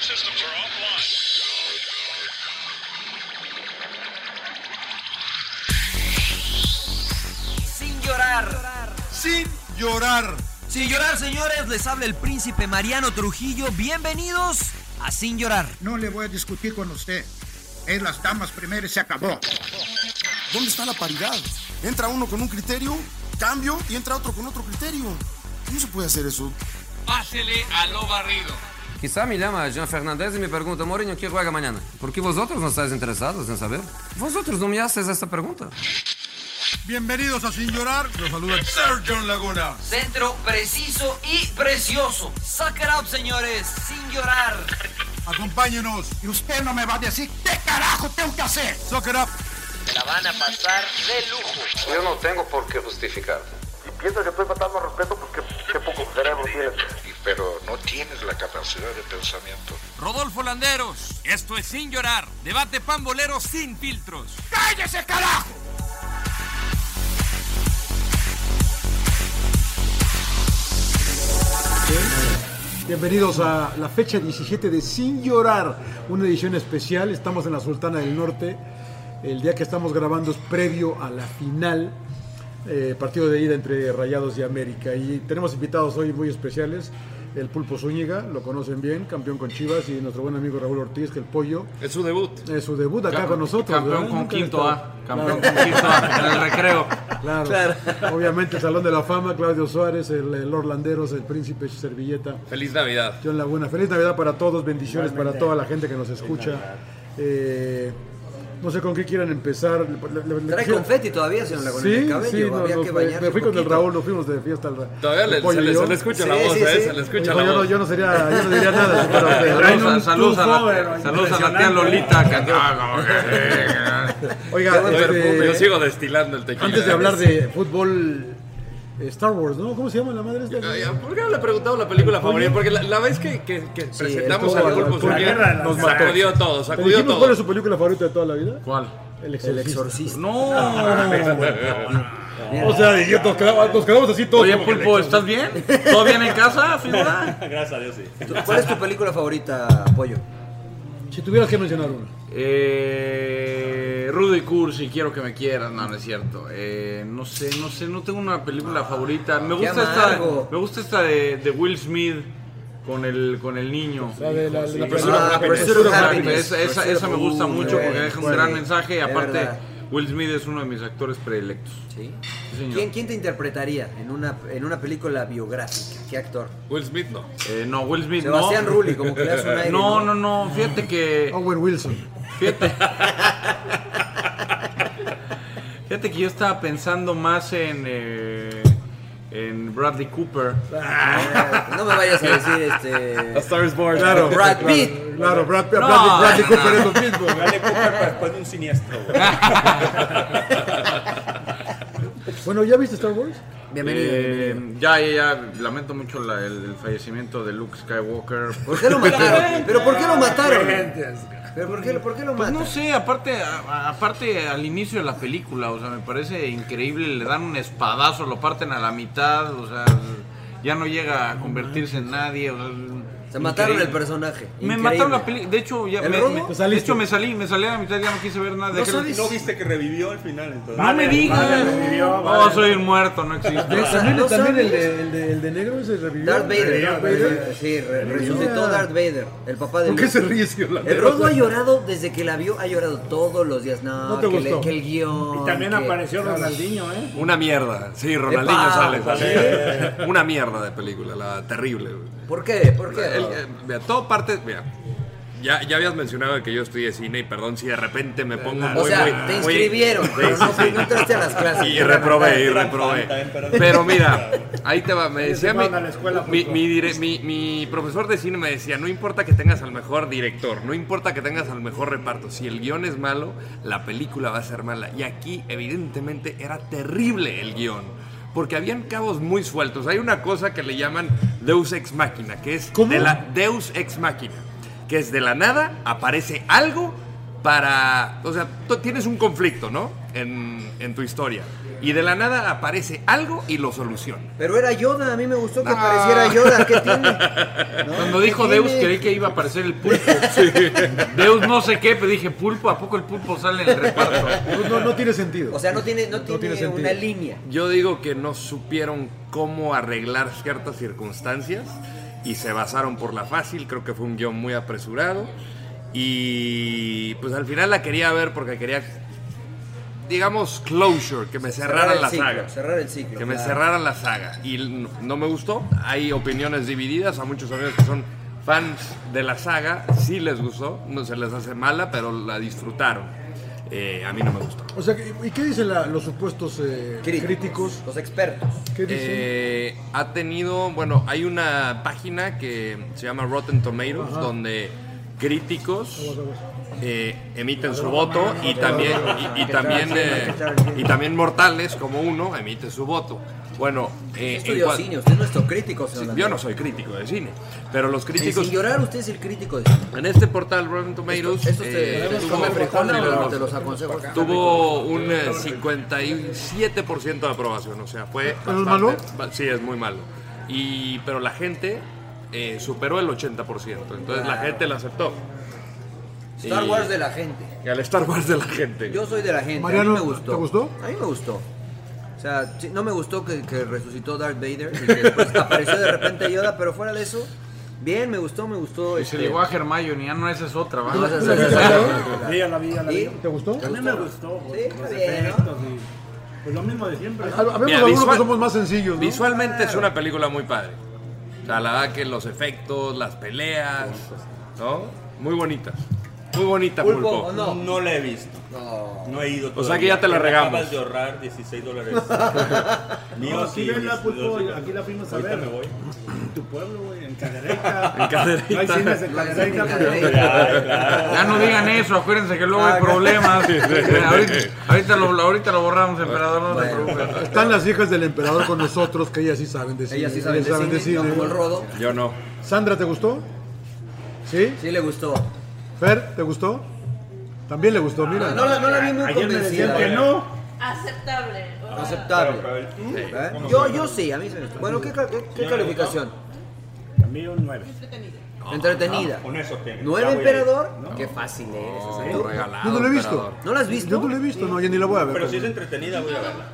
systems are offline. Sin llorar. Sin llorar. Sin llorar, señores, les habla el príncipe Mariano Trujillo. Bienvenidos a Sin llorar. No le voy a discutir con usted. Es las damas primero y se acabó. ¿Dónde está la paridad? Entra uno con un criterio, cambio y entra otro con otro criterio. ¿Cómo se puede hacer eso? Pásele a lo barrido. Quizá me llama Jean Fernández y me pregunta, Mourinho, ¿qué juega mañana? Porque vosotros no estáis interesados en saber. Vosotros no me haces esta pregunta. Bienvenidos a Sin Llorar. Los saluda Sergio Laguna. Centro preciso y precioso. Suck it up, señores. Sin llorar. Acompáñenos. Y usted no me va a decir qué carajo tengo que hacer. Soccer Up. La van a pasar de lujo. Yo no tengo por qué justificarte. piensas que estoy faltando al respeto, pues qué, qué poco cerebro tienes. Pero no tienes la capacidad de pensamiento. Rodolfo Landeros, esto es Sin Llorar. Debate pambolero sin filtros. ¡Cállese, carajo! Bienvenidos a la fecha 17 de Sin Llorar, una edición especial. Estamos en la Sultana del Norte. El día que estamos grabando es previo a la final, eh, partido de ida entre Rayados y América. Y tenemos invitados hoy muy especiales. El Pulpo Zúñiga, lo conocen bien, campeón con Chivas, y nuestro buen amigo Raúl Ortiz, que el pollo, Es su debut. es su debut acá Campe- con nosotros. Campeón ¿verdad? con Nunca quinto había A. estado. Campeón Claro. con quinto A en el recreo. Claro. Obviamente el Salón de la Fama, Claudio Suárez, el, el Orlanderos, el Príncipe Servilleta, Feliz Navidad. John Laguna. Feliz Navidad para todos, bendiciones para toda la gente que nos escucha. Eh, no sé con qué quieran empezar. Le- le- le- le Trae quisiera- confeti todavía, señor Laguna, en Sí, el cabello. sí, no, Había nos- que me, bañarse me fui con el poquito. Raúl, nos fuimos de fiesta al ra- Todavía el le, pollo se, y le, yo. se le escucha Sí, la voz, sí, ¿eh? sí. Se le escucha Dijo, la yo, no, voz. yo no sería, yo no diría nada. pero, pero- Saludos a- Saludos triunfo, a la- pero saludos a la tía Lolita. que- Ah, como que- Oiga, Qué buen este, perfume. Yo sigo destilando el tequila. antes de hablar de fútbol, eh, Star Wars, ¿no? ¿Cómo se llama la madre? esta? Eh, Ay, ¿Por qué no le preguntamos la película favorita? Porque la, la vez que, que- que presentamos el al Cuba, grupo el Cuba. La guerra de las nos sacudió todo, ¿Te sacudió dijimos todo. cuál es su película favorita de toda la vida? ¿Cuál? El El Exorcista. Ah, exorcista. O sea, de- nos quedamos, nos quedamos así todos. Oye, como que- Pulpo, ¿estás bien? ¿Todo bien en casa, figura? ¿Tú- ¿Cuál es tu película favorita, Pollo? Si tuvieras que mencionar una. Eh, Rudo y Cursi, quiero que me quieran, no, no es cierto. Eh, no sé, no sé, no tengo una película favorita. Me qué gusta esta, amargo. me gusta esta de, de Will Smith con el con el niño. La de la, la- la- Pursuit of Ah, Happiness. Pursuit of Exacto, Happiness. Esa, esa- esa me gusta Uh, mucho porque bueno, deja un bueno. gran mensaje y Es aparte verdad. Will Smith es uno de mis actores predilectos. Sí. señor. ¿Quién, quién te interpretaría en una, en una película biográfica? ¿Qué actor? Will Smith no. Eh, no, Will Smith Sebastián no. Rulli, como que le das un aire. No, no, no, fíjate que Owen Wilson. Fíjate que yo estaba pensando más en, eh, en Bradley Cooper. Ah, No me vayas a decir este. Star is Born. Claro. Brad claro, Pitt. Claro, Brad, Brad- Bradley- Bradley Cooper es lo mismo. Bueno, ¿ya viste Star Wars? Bienvenido. bienvenido. ya, ya, ya. Lamento mucho la- el, el fallecimiento de Luke Skywalker. Pues, ¿Por qué lo mataron? ¿Pero por qué lo mataron? ¿Pero por qué, por qué lo Pues mataron? no sé, aparte, a- a- aparte al inicio de la película, o sea, me parece increíble, le dan un espadazo, lo parten a la mitad, o sea, ya no llega a convertirse en nadie. o sea, Se mataron increíble. el personaje. Me Increíble. mataron la película, de hecho, ya ¿El me, robo? me- Te de saliste. hecho me salí, me salí a la mitad, ya no quise ver nada. Creo- viste que revivió al final entonces? No me digas. no, soy un muerto, no existe. También, ¿no también sabes? el, de, el, de, el de negro se revivió. Darth Vader. Darth Vader. Sí, re- resucitó Darth Vader, el papá de ¿Por qué Luke. se ríe, señor El Landeros? Rodo ha llorado desde que la vio, ha llorado todos los días. No, ¿No te que, gustó? que el guión. que- Ronaldinho, ¿eh? Una mierda. Sí, Ronaldinho Epa. sale. sale. Una mierda de película, la terrible. güey. ¿Por qué? ¿Por qué? El- eh, mira, todo parte. Mira. Ya, ya habías mencionado que yo estudié cine y perdón si de repente me pongo muy, o sea, muy- te muy- inscribieron, Sí, pero sí, no, sí. no entraste a las clases. Y reprobé, y Gran reprobé. falta, eh, pero- Pero mira, ahí te va, me decía se mi, manda a la escuela, mi, puto. mi dire- mi- mi profesor de cine me decía, no importa que tengas al mejor director, no importa que tengas al mejor reparto, si el guión es malo, la película va a ser mala. Y aquí evidentemente era terrible el guión. Porque habían cabos muy sueltos. Hay una cosa que le llaman Deus ex machina, que es ¿Cómo? de la Deus ex machina, que es de la nada aparece algo para, o sea, tú tienes un conflicto, ¿no? en, en tu historia. Y de la nada aparece algo y lo soluciona. Pero era Yoda, a mí me gustó que apareciera Yoda. ¿Qué tiene? Cuando dijo ¿qué Deus tiene? creí que iba a aparecer el pulpo. Deus no sé qué, pero dije pulpo, ¿a poco el pulpo sale en el reparto? Pues No, no tiene sentido. O sea, no tiene, no tiene, tiene sentido. una línea. Yo digo que no supieron cómo arreglar ciertas circunstancias y se basaron por la fácil. Creo que fue un guión muy apresurado. Y pues al final la quería ver porque quería, digamos, closure, que me cerraran el la ciclo, saga. Cerrar el ciclo. Que me claro. cerraran la saga. Y n- no me gustó. Hay opiniones divididas. A muchos amigos que son fans de la saga sí les gustó. No se les hace mala, pero la disfrutaron. Eh, a mí no me gustó. O sea, ¿y qué dicen la- los supuestos eh, Críticos, críticos? Los expertos. ¿Qué dicen? Eh, ha tenido, bueno, hay una página que se llama Rotten Tomatoes, Ajá. donde críticos eh, emiten su voto y también, y, y Que también, tal, eh, que tal. y también mortales como uno emite su voto. Bueno, eh, en Estudio cuan- cine, usted es nuestro crítico, señor Landero. yo no soy crítico de cine, pero los Y críticos... sin llorar, usted es el crítico de cine. En este portal Rotten Tomatoes Esto- esto te- eh, te tuvo, come frijoles, tuvo- pero te los aconsejo. tuvo un eh, 57% de aprobación, o sea, fue ¿Es malo? ba- Sí, es muy malo. Y pero la gente eh, superó el 80%, entonces la Claro. gente la aceptó. Star Y- Wars de la gente. y al Star Wars de la gente. Yo soy de la gente. Mariano, a mí me gustó. ¿te gustó? A mí me gustó. O sea, sí, no me gustó que, que resucitó Darth Vader y que después apareció de repente Yoda, pero fuera de eso, bien, me gustó, me gustó. Y se este, llegó a Hermione, ya no esa es otra, ¿va? tú vas a hacer- ya la vi, ya la vi. ¿Sí? A ¿Te gustó? mí me gustó. Sí, los está bien, efectos y- Pues lo mismo de siempre. Hab- Habemos Mira, algunos visual- que somos más sencillos, ¿no? Visualmente es una película muy padre. O sea, la verdad que los efectos, las peleas, ¿no? Muy bonitas. Muy bonita, ¿Pulpo Pulpo. o No. no? la he visto. No. he ido O sea que ya te la todavía. regamos. Acabas de ahorrar 16 dólares. Mío, No, aquí sí, ven yo- la yo pulpo, sí- aquí la fuimos a Ahorita ver. me voy. En tu pueblo, güey, en Cadereyta. En Cadereyta. No hay cines en No hay cine en Cadereyta, Cadereyta. pero... Claro, claro. Ya no digan eso, acuérdense que luego hay problemas. ahorita, ahorita lo, ahorita lo borramos, emperador, no te preocupes. Están las hijas del emperador con nosotros, que ellas sí saben decir. Ellas sí saben de cine, no como el rodo. Yo no. Sandra, ¿te gustó? ¿Sí? Sí le gustó. Fer, ¿te gustó? También le gustó, mira. Ah, No, la, no la vi muy Ayer me decían convencida. que eh. no. Aceptable. Aceptable. ¿Eh? Yo, yo sí, a mí se me gustó. Bueno, ¿qué, ca- qué- qué calificación? A mí un 9. Entretenida. Con eso tiene. ¿Nueve Ya voy a ir. emperador? Qué fácil eres. o sea, Te regalado, Yo no lo he visto. emperador. ¿No la has visto? Yo no lo he visto, no, ya ni la voy a ver. Pero si es entretenida, voy a verla.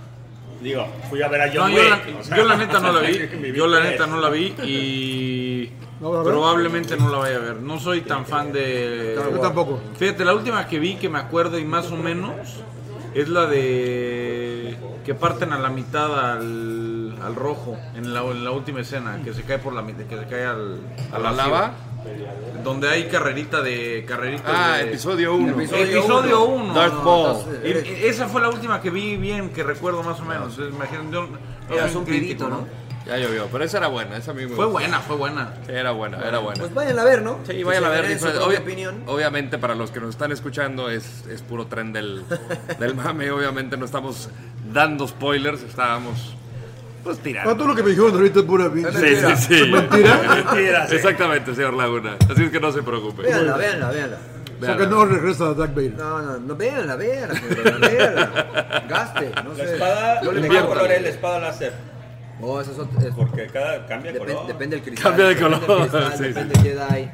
Digo, fui a ver a No, John yo, Wick. la, o sea, yo la neta no la mi vi. Yo la vida neta es- no la vi y ¿No la vas a ver? probablemente no la vaya a ver. No soy tan fan de. Yo tampoco. Fíjate, la última que vi que me acuerdo y más o menos es la de que parten a la mitad al, al rojo en la, en la última escena, que se cae por la mitad, que se cae al, ¿A la lava? Donde hay carrerita de carrerita Ah, de- episodio 1. Episodio 1. Darth Maul. eh, e, Esa fue la última que vi bien, que recuerdo más o menos. Imagínate, yo- yo Eras soy un crítico, pibito, ¿no? Ya llovió, pero esa era buena, esa a mí me Fue gustó. buena, fue buena. Sí, Era buena, era buena. Pues vayan a ver, ¿no? Sí, vayan a ver. Si se merecen disfruten. su propia Obvia- opinión. Obviamente, para los que nos están escuchando, es, es puro tren del, del mame. Obviamente, no estamos dando spoilers, estábamos pues Ah, tirando. todo lo que me dijeron ahorita es pura pinche. Sí, sí, sí. ¿Mentira? Mentira, sí. Exactamente, señor Laguna. Así es que no se preocupe. Véanla, véanla, véanla. O sea que no regresa a Dark Vader. No, no, no, véanla, véanla, señora, véanla. Gaste, no La sé. espada, Yo yo le le invierto. coloré la espada láser. No, eso es otro- es- Porque cada cambia depen- color. depende del cristal. Cambia de depende color, del cristal, sí, depende del Jedi.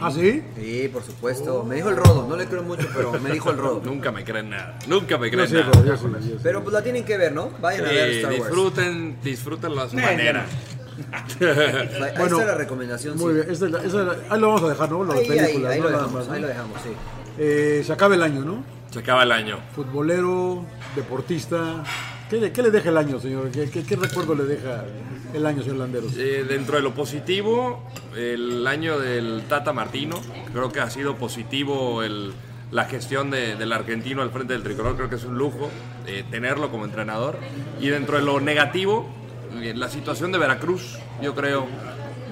¿Ah, sí? Sí, por supuesto. Me dijo el rodo, no le creo mucho, pero me dijo el rodo. Nunca me creen nada. Nunca me Yo creen sí, nada. pero yo sí, yo sí. Pero pues la tienen que ver, ¿no? Vayan a ver Sí, Star Wars. disfruten, disfrútenlo a su manera. Ahí está Bueno, la recomendación. Muy sí. bien, esa es la- esa es la- ahí lo vamos a dejar, ¿no? Lo de Ahí, ahí, películas, ahí ¿no? lo Nada dejamos, más, ¿no? ahí lo dejamos, sí. Eh, se acaba el año, ¿no? Se acaba el año. Futbolero, deportista. ¿Qué le, qué le deja el año, señor? ¿Qué, qué- qué recuerdo le deja el año, señor Landeros? Eh, dentro de lo positivo, el año del Tata Martino, creo que ha sido positivo el- la gestión de- del argentino al frente del tricolor, creo que es un lujo eh, tenerlo como entrenador. Y dentro de lo negativo, eh, la situación de Veracruz, yo creo,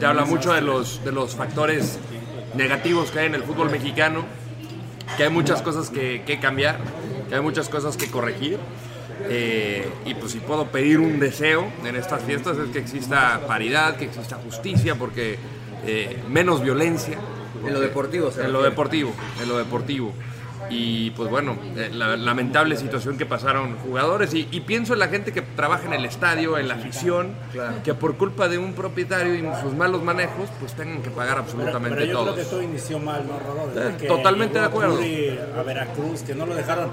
te habla mucho de los, de los factores negativos que hay en el fútbol mexicano, que hay muchas cosas que, que cambiar, que hay muchas cosas que corregir. Eh, y pues si puedo pedir un deseo en estas fiestas es que exista paridad, que exista justicia, porque eh, menos violencia. En lo deportivo, se En lo refiere. deportivo, en lo deportivo. Y pues bueno, eh, la lamentable situación que pasaron jugadores. Y, y pienso en la gente que trabaja en el estadio, en la afición, que por culpa de un propietario y sus malos manejos, pues tengan que pagar absolutamente Pero yo todos. creo que todo inició mal, ¿no, Rodolfo? Eh, Desde que totalmente llegó de acuerdo. Curry A Veracruz, que no lo dejaron.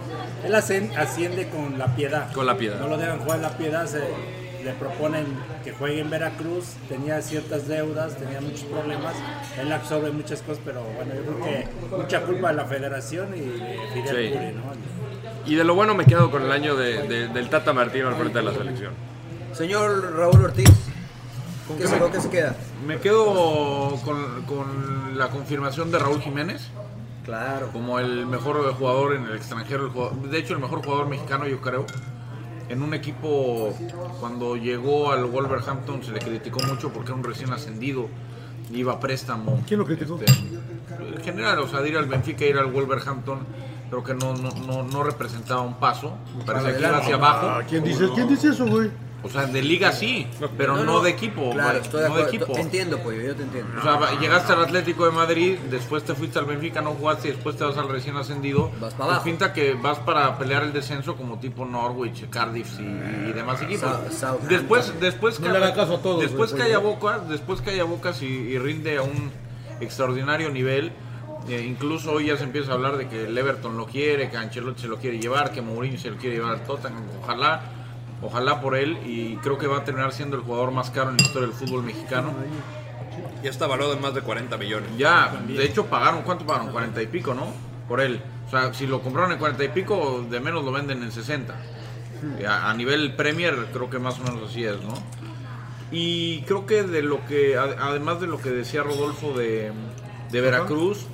Él ascen- asciende con la piedad. Con La Piedad. No lo dejan jugar en la piedad. se- le proponen que juegue en Veracruz. Tenía ciertas deudas, tenía muchos problemas. Él absorbe muchas cosas, pero bueno, yo creo que mucha culpa de la federación y de Fidel Sí. Curry, ¿no? Y de lo bueno me quedo con el año de- de- del Tata Martino al frente de la selección. Señor Raúl Ortiz, ¿con qué se, con qué se queda? Me quedo con, con la confirmación de Raúl Jiménez. Claro. Como el mejor jugador en el extranjero. el jugador- de hecho, el mejor jugador mexicano, yo creo. En un equipo, cuando llegó al Wolverhampton, se le criticó mucho porque era un recién ascendido. Iba a préstamo. ¿Quién lo criticó? Este, en general, o sea, de ir al Benfica, ir al Wolverhampton, creo que no, no, no, no representaba un paso. Para Parecía que iba adelante. hacia abajo. Ah, ¿Quién dice, ¿quién dice eso, güey? O sea, de liga sí, pero no, de equipo. Claro, güey, estoy de no de acuerdo. equipo. Te entiendo, pollo, yo te entiendo. O sea, va- llegaste al Atlético de Madrid, después te fuiste al Benfica, no jugaste, y después te vas al recién ascendido. Vas para abajo. pinta que vas para pelear el descenso como tipo Norwich, Cardiff y, y Ah, demás equipos. Sa- Southampton. después, después No le haga caso a todos, Después güey, pues, calla pollo. bocas, después calla bocas y, y rinde a un extraordinario nivel. Eh, incluso hoy ya se empieza a hablar de que el Everton lo quiere, que Ancelotti se lo quiere llevar, que Mourinho se lo quiere llevar al Tottenham. Ojalá, ojalá por él y creo que va a terminar siendo el jugador más caro en la historia del fútbol mexicano. Ya está valorado en más de 40 millones. Ya, de hecho pagaron, ¿cuánto pagaron? 40 y pico, ¿no? Por él. O sea, si lo compraron en 40 y pico, de menos lo venden en 60. Eh, A, a nivel Premier, creo que más o menos así es, ¿no? Y creo que de lo que, ad- además de lo que decía Rodolfo de, de Veracruz,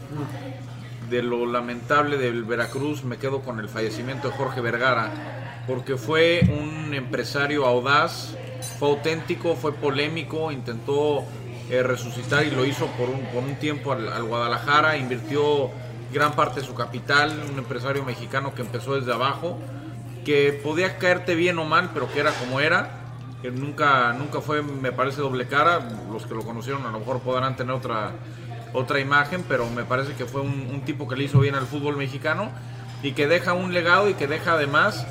de lo lamentable del Veracruz, me quedo con el fallecimiento de Jorge Vergara, porque fue un empresario audaz, fue auténtico, fue polémico, intentó eh, resucitar y lo hizo por un, por un tiempo al, al Guadalajara, invirtió gran parte de su capital, un empresario mexicano que empezó desde abajo, que podía caerte bien o mal, pero que era como era. Que nunca, nunca fue, me parece, doble cara. Los que lo conocieron a lo mejor podrán tener otra, otra imagen, pero me parece que fue un, un tipo que le hizo bien al fútbol mexicano y que deja un legado y que deja además,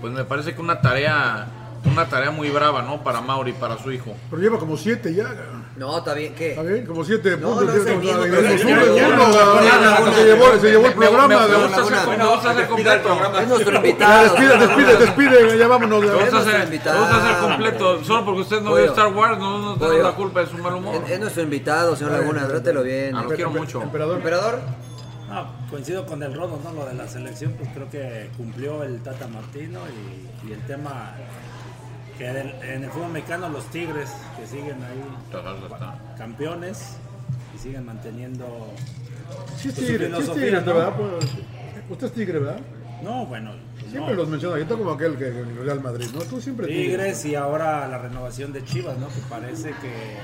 pues me parece que una tarea, una tarea muy brava, ¿no? Para Mauri, para su hijo. Pero lleva como siete ya. cabrón. No, está bien, ¿qué? Está bien, como siete No, puntos. no lleva se como- entiende, ah, pero- pero- llevamos uno, pero- pero- uno, cabrón, pero- cabrón, pero- Se llevó- se llevó me- el me- programa. me- me- cabrón. me- me- me- Vamos a hacer completo. Es nuestro Ya, invitado. Despide, despide, despide, ya vámonos. ya. Vamos a hacer, invitado. vamos a hacer completo. Solo porque usted no Pollo. vio Star Wars, no, no tenemos Pollo. Eh, la culpa de su mal humor. Es nuestro invitado, señor Laguna, trátelo bien. Ah, lo quiero mucho. Emperador. Emperador, No, coincido con el Rodo, ¿no? Lo de la selección, pues creo que cumplió el Tata Martino y, y el tema que en el, en el fútbol mexicano los Tigres que siguen ahí eh. campeones y siguen manteniendo Sí, pues, su es tigre, sí es filosofía, tigre, ¿no? ¿verdad? Pues, Usted es tigre, ¿verdad? No, bueno, Siempre no. los menciona, yo estoy como aquel que en Real Madrid, ¿no? Tú siempre Tigres y ahora la renovación de Chivas, ¿no? Que parece que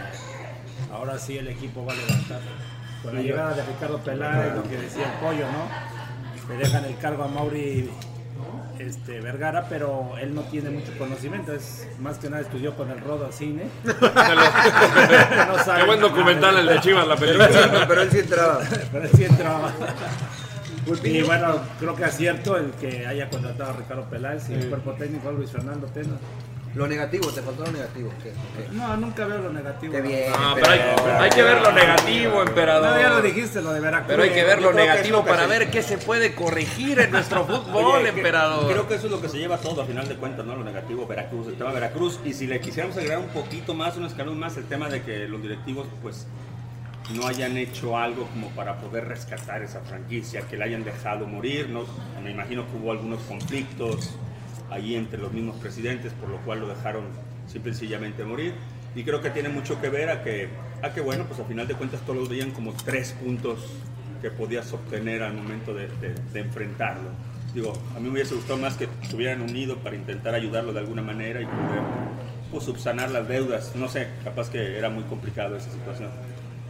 ahora sí el equipo va a levantar. Con la llegada de Ricardo Peláez, lo que decía el pollo, ¿no? Le dejan el cargo a Mauri este, Vergara, pero él no tiene mucho conocimiento, es más que nada estudió con el rodo cine. Qué buen documental el de Chivas, la película. pero él sí entraba. Pero él sí entraba. Y bueno, creo que acierto el que haya contratado a Ricardo Peláez eh, y el cuerpo técnico a Luis Fernando Tena. lo negativo, te faltó lo negativo. ¿Qué? ¿Qué? No, nunca veo lo negativo. Qué bien. Ah, pero hay, hay que ver lo negativo, emperador. No, ya lo dijiste, lo de Veracruz. Pero hay que ver Yo creo lo que negativo eso que para se- ver qué se puede corregir en nuestro fútbol, Oye, que- emperador. creo Creo que eso es lo que se lleva todo a final de cuentas, ¿no? Lo negativo, Veracruz, el tema Veracruz. Y si le quisiéramos agregar un poquito más, un escalón más, el tema de que los directivos, pues, no hayan hecho algo como para poder rescatar esa franquicia, que la hayan dejado morir, ¿no? Me imagino que hubo algunos conflictos ahí entre los mismos presidentes, por lo cual lo dejaron simple y sencillamente morir. Y creo que tiene mucho que ver a que, a que bueno, pues a final de cuentas todos veían como tres puntos que podías obtener al momento de, de- de enfrentarlo. Digo, a mí me hubiese gustado más que estuvieran unidos para intentar ayudarlo de alguna manera y poder pues, subsanar las deudas. No sé, capaz que era muy complicado esa situación.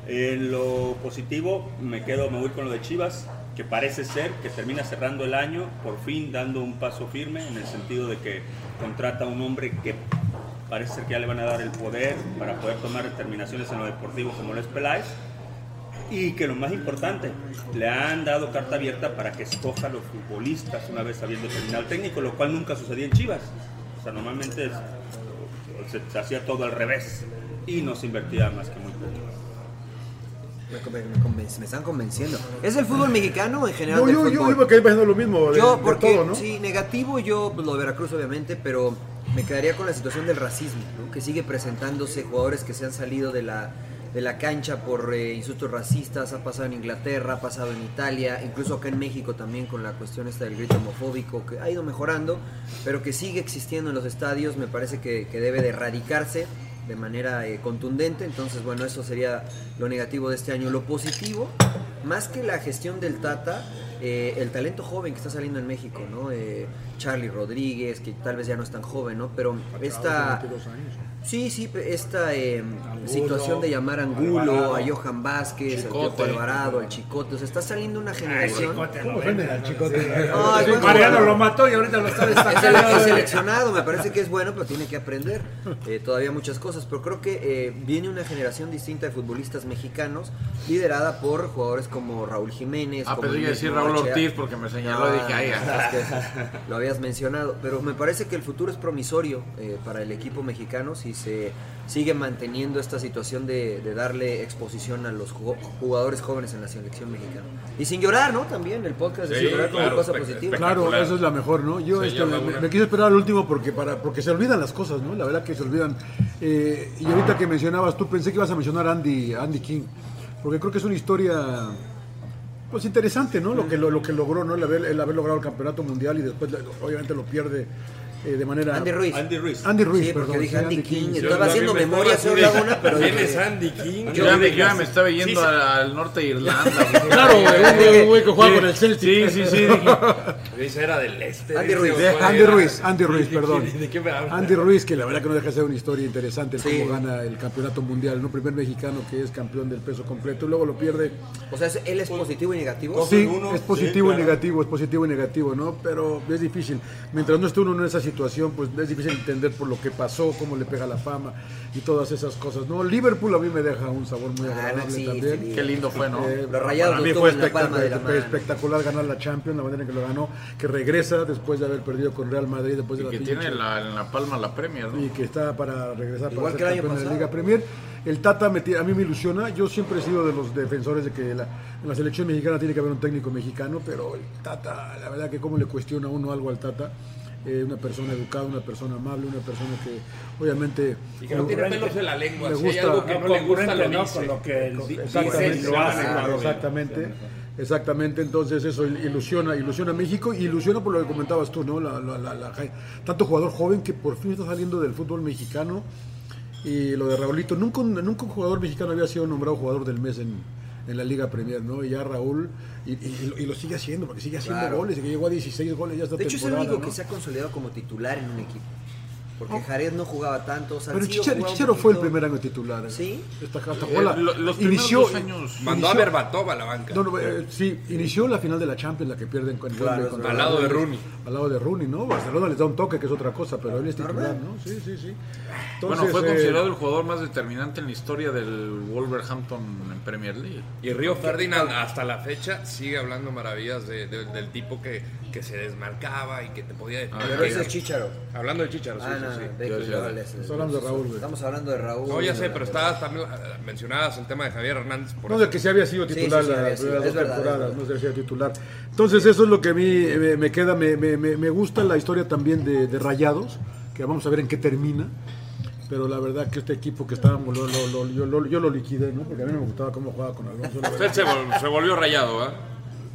En lo positivo, me quedo, me voy con lo de Chivas, que parece ser que termina cerrando el año, por fin dando un paso firme en el sentido de que contrata a un hombre que parece ser que ya le van a dar el poder para poder tomar determinaciones en lo deportivo como lo es Peláez Y que lo más importante, le han dado carta abierta para que escoja a los futbolistas una vez habiendo terminado el técnico, lo cual nunca sucedía en Chivas. O sea, normalmente es- se, se hacía todo al revés y no se invertía más que muy poco. Me, conven- me conven- me están convenciendo. ¿Es el fútbol mexicano en general? No, del yo, yo fútbol? iba a caer pensando lo mismo. de- Yo, de porque todo, ¿no? sí, negativo yo pues, lo de Veracruz obviamente, pero me quedaría con la situación del racismo, ¿no? que sigue presentándose jugadores que se han salido de la de la cancha por eh, insultos racistas, ha pasado en Inglaterra, ha pasado en Italia, incluso acá en México también con la cuestión esta del grito homofóbico que ha ido mejorando, pero que sigue existiendo en los estadios, me parece que, que debe de erradicarse de manera eh, contundente, entonces bueno, eso sería lo negativo de este año. Lo positivo, más que la gestión del Tata, eh, el talento joven que está saliendo en México, ¿no? Eh, Charlie Rodríguez, que tal vez ya no es tan joven, ¿no? Pero esta... Sí, sí, pe- esta eh, situación de llamar a Angulo, Alvarado. a Johan Vázquez, al Piojo Chicote. Alvarado, al Chicote, o sea, está saliendo una generación... ¿Cómo ofenden al Chicote? Ay, bueno, Mariano bueno. lo mató y ahorita lo está Es el- destacando. es seleccionado, me parece que es bueno, pero tiene que aprender eh, todavía muchas cosas. Pero creo que eh, viene una generación distinta de futbolistas mexicanos, liderada por jugadores como Raúl Jiménez. Ah, como pensé el que decir mismo Raúl Ochoa. Ortiz porque me señaló y dije, ay, Ah, es que ajá. lo habías mencionado. Pero me parece que el futuro es promisorio eh, para el equipo mexicano si se sigue manteniendo esta situación de, de darle exposición a los ju- jugadores jóvenes en la selección mexicana. Y sin llorar, ¿no? También el podcast de Sí, sin llorar como claro, cosa espe- positiva. Claro, eso es la mejor, ¿no? Yo Se este, llama me, una- me quise esperar al último porque para porque se olvidan las cosas, ¿no? La verdad que se olvidan. Eh, y ahorita que mencionabas, tú pensé que ibas a mencionar a Andy, a Andy King, porque creo que es una historia pues interesante, ¿no? Lo que lo, lo que logró, ¿no? El haber, el haber logrado el campeonato mundial y después obviamente lo pierde eh, de manera Andy Ruiz. Andy Ruiz. Andy Ruiz, Sí, porque perdón, dije sí, Andy King, Sí, estaba haciendo memoria haciendo sobre una, pero ¿Quién dije- es Andy King? Andy Yo ya me, King. yo ya me estaba yendo Sí, sí. al, al norte de Irlanda. Claro, un güey que juega Sí, con el Celtic. Sí, sí, sí. dije, Ese era del este. Andy ese, Ruiz, ¿o cuál Andy era? Ruiz, Andy Ruiz, Dije, perdón. ¿De qué me hablas? Andy Ruiz, que la verdad que no deja de ser una historia interesante, el cómo gana el campeonato mundial, ¿no? Primer mexicano que es campeón del peso completo y luego lo pierde. O sea, él Pues, es positivo y negativo. Sí, es positivo y negativo, es positivo y negativo, ¿no? Pero es difícil. Mientras no esté uno en esa situación, pues es difícil entender por lo que pasó, cómo le pega la fama y todas esas cosas, ¿no? Liverpool a mí me deja un sabor Ah, muy agradable sí, también. sí. Qué lindo fue, ¿no? Los para Eh, Rayados mí lo fue tuvo en la palma de la espectacular, mano. espectacular ganar la Champions, la manera en que lo ganó, que regresa después de haber perdido con Real Madrid, después de Y pues, la que pinche- tiene la- en la palma la Premier, ¿no? y que está para regresar Igual que para ser campeón el año de la pasado. Liga Premier. El Tata me ti- a mí me ilusiona. Yo siempre he sido de los defensores de que la, en la selección mexicana tiene que haber un técnico mexicano, pero el Tata, la verdad que cómo le cuestiona uno algo al Tata. Eh, una persona educada, una persona amable, una persona que obviamente... Y que no tiene pelos en la lengua. Si hay algo que no le gusta, lo dice. Con lo que él Con- dice, Exactamente, lo hace, Ah, claro. exactamente. Exactamente, entonces eso il- ilusiona, ilusiona a México, y ilusiona por lo que comentabas tú, ¿no? La- la- la- la- tanto jugador joven que por fin está saliendo del fútbol mexicano y lo de Raulito, nunca un, nunca un jugador mexicano había sido nombrado jugador del mes en, en la Liga Premier, ¿no? Y ya Raúl, y, y- y lo- y lo sigue haciendo, porque sigue haciendo Claro. goles, y que llegó a 16 goles ya esta De hecho, es el temporada, único ¿no? que se ha consolidado como titular en un equipo. Porque Jared no jugaba tanto. Pero Salcido Chicharo, jugaba un Chicharo fue el poquito. primer año titular. ¿eh? Sí. Hasta, hasta jugó la- Eh, lo- los primeros inició, dos años. Mandó a Berbatov a la banca. No, no, eh, sí, inició la final de la Champions, la que pierden con Claro, Wembley es contra verdad. Al lado de Wales. Rooney. Al lado de Rooney, ¿no? Barcelona les da un toque, que es otra cosa, pero él es titular, ¿no? Sí, sí, sí. bueno, fue eh, considerado el jugador más determinante en la historia del Wolverhampton en Premier League. Y Río Ferdinand hasta la fecha sigue hablando maravillas de- de- del tipo que, que se desmarcaba y que te podía... Ah, pero que- ese es Chícharo. Hablando de Chicharo, sí, Ah, sí, no, sí. de que no, les- Estamos hablando de Raúl. No, ya sé, de la- pero estabas también eh, mencionabas el tema de Javier Hernández. por No, eso. de que se había sido Sí, titular sí, sí, la había sido. primera Es dos verdad, es temporadas, verdad. no se había sido titular. Entonces, eso es lo que a mí eh, me, me queda, me, me- me- me gusta la historia también de, de Rayados, que vamos a ver en qué termina. Pero la verdad que este equipo que estábamos, lo- lo- lo- yo, lo- yo lo liquidé, ¿no? Porque a mí me gustaba cómo jugaba con Alonso. la Usted verdad. se, vol- se volvió rayado, ¿ah?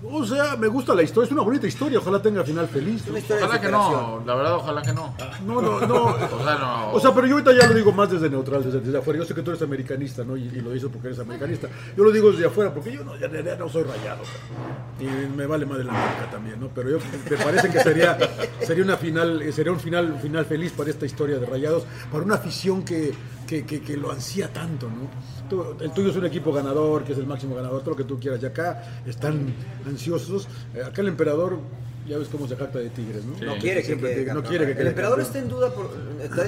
O sea, me gusta la historia, es una bonita historia, ojalá tenga final feliz. ¿no? Ojalá que no, la verdad, ojalá que no. Ah. No, no, no. O sea, no. O sea, pero yo ahorita ya lo digo más desde neutral, desde, desde afuera. Yo sé que tú eres americanista, ¿no? Y, y lo dices porque eres americanista. Yo lo digo desde afuera porque yo no, ya, ya- ya no soy rayado. Y me vale más de la marca también, ¿no? Pero yo me parece que sería, sería una final, eh, sería un final, un final feliz para esta historia de Rayados, para una afición que, que, que- que lo ansía tanto, ¿no? Tú- el tuyo es un equipo ganador, que es el máximo ganador, todo lo que tú quieras. Y acá están ansiosos. Eh, acá el emperador, ya ves cómo se jacta de Tigres, ¿no? No quiere que Siempre quede te- no campeón. quiere que El quede emperador campeón. está en duda, por-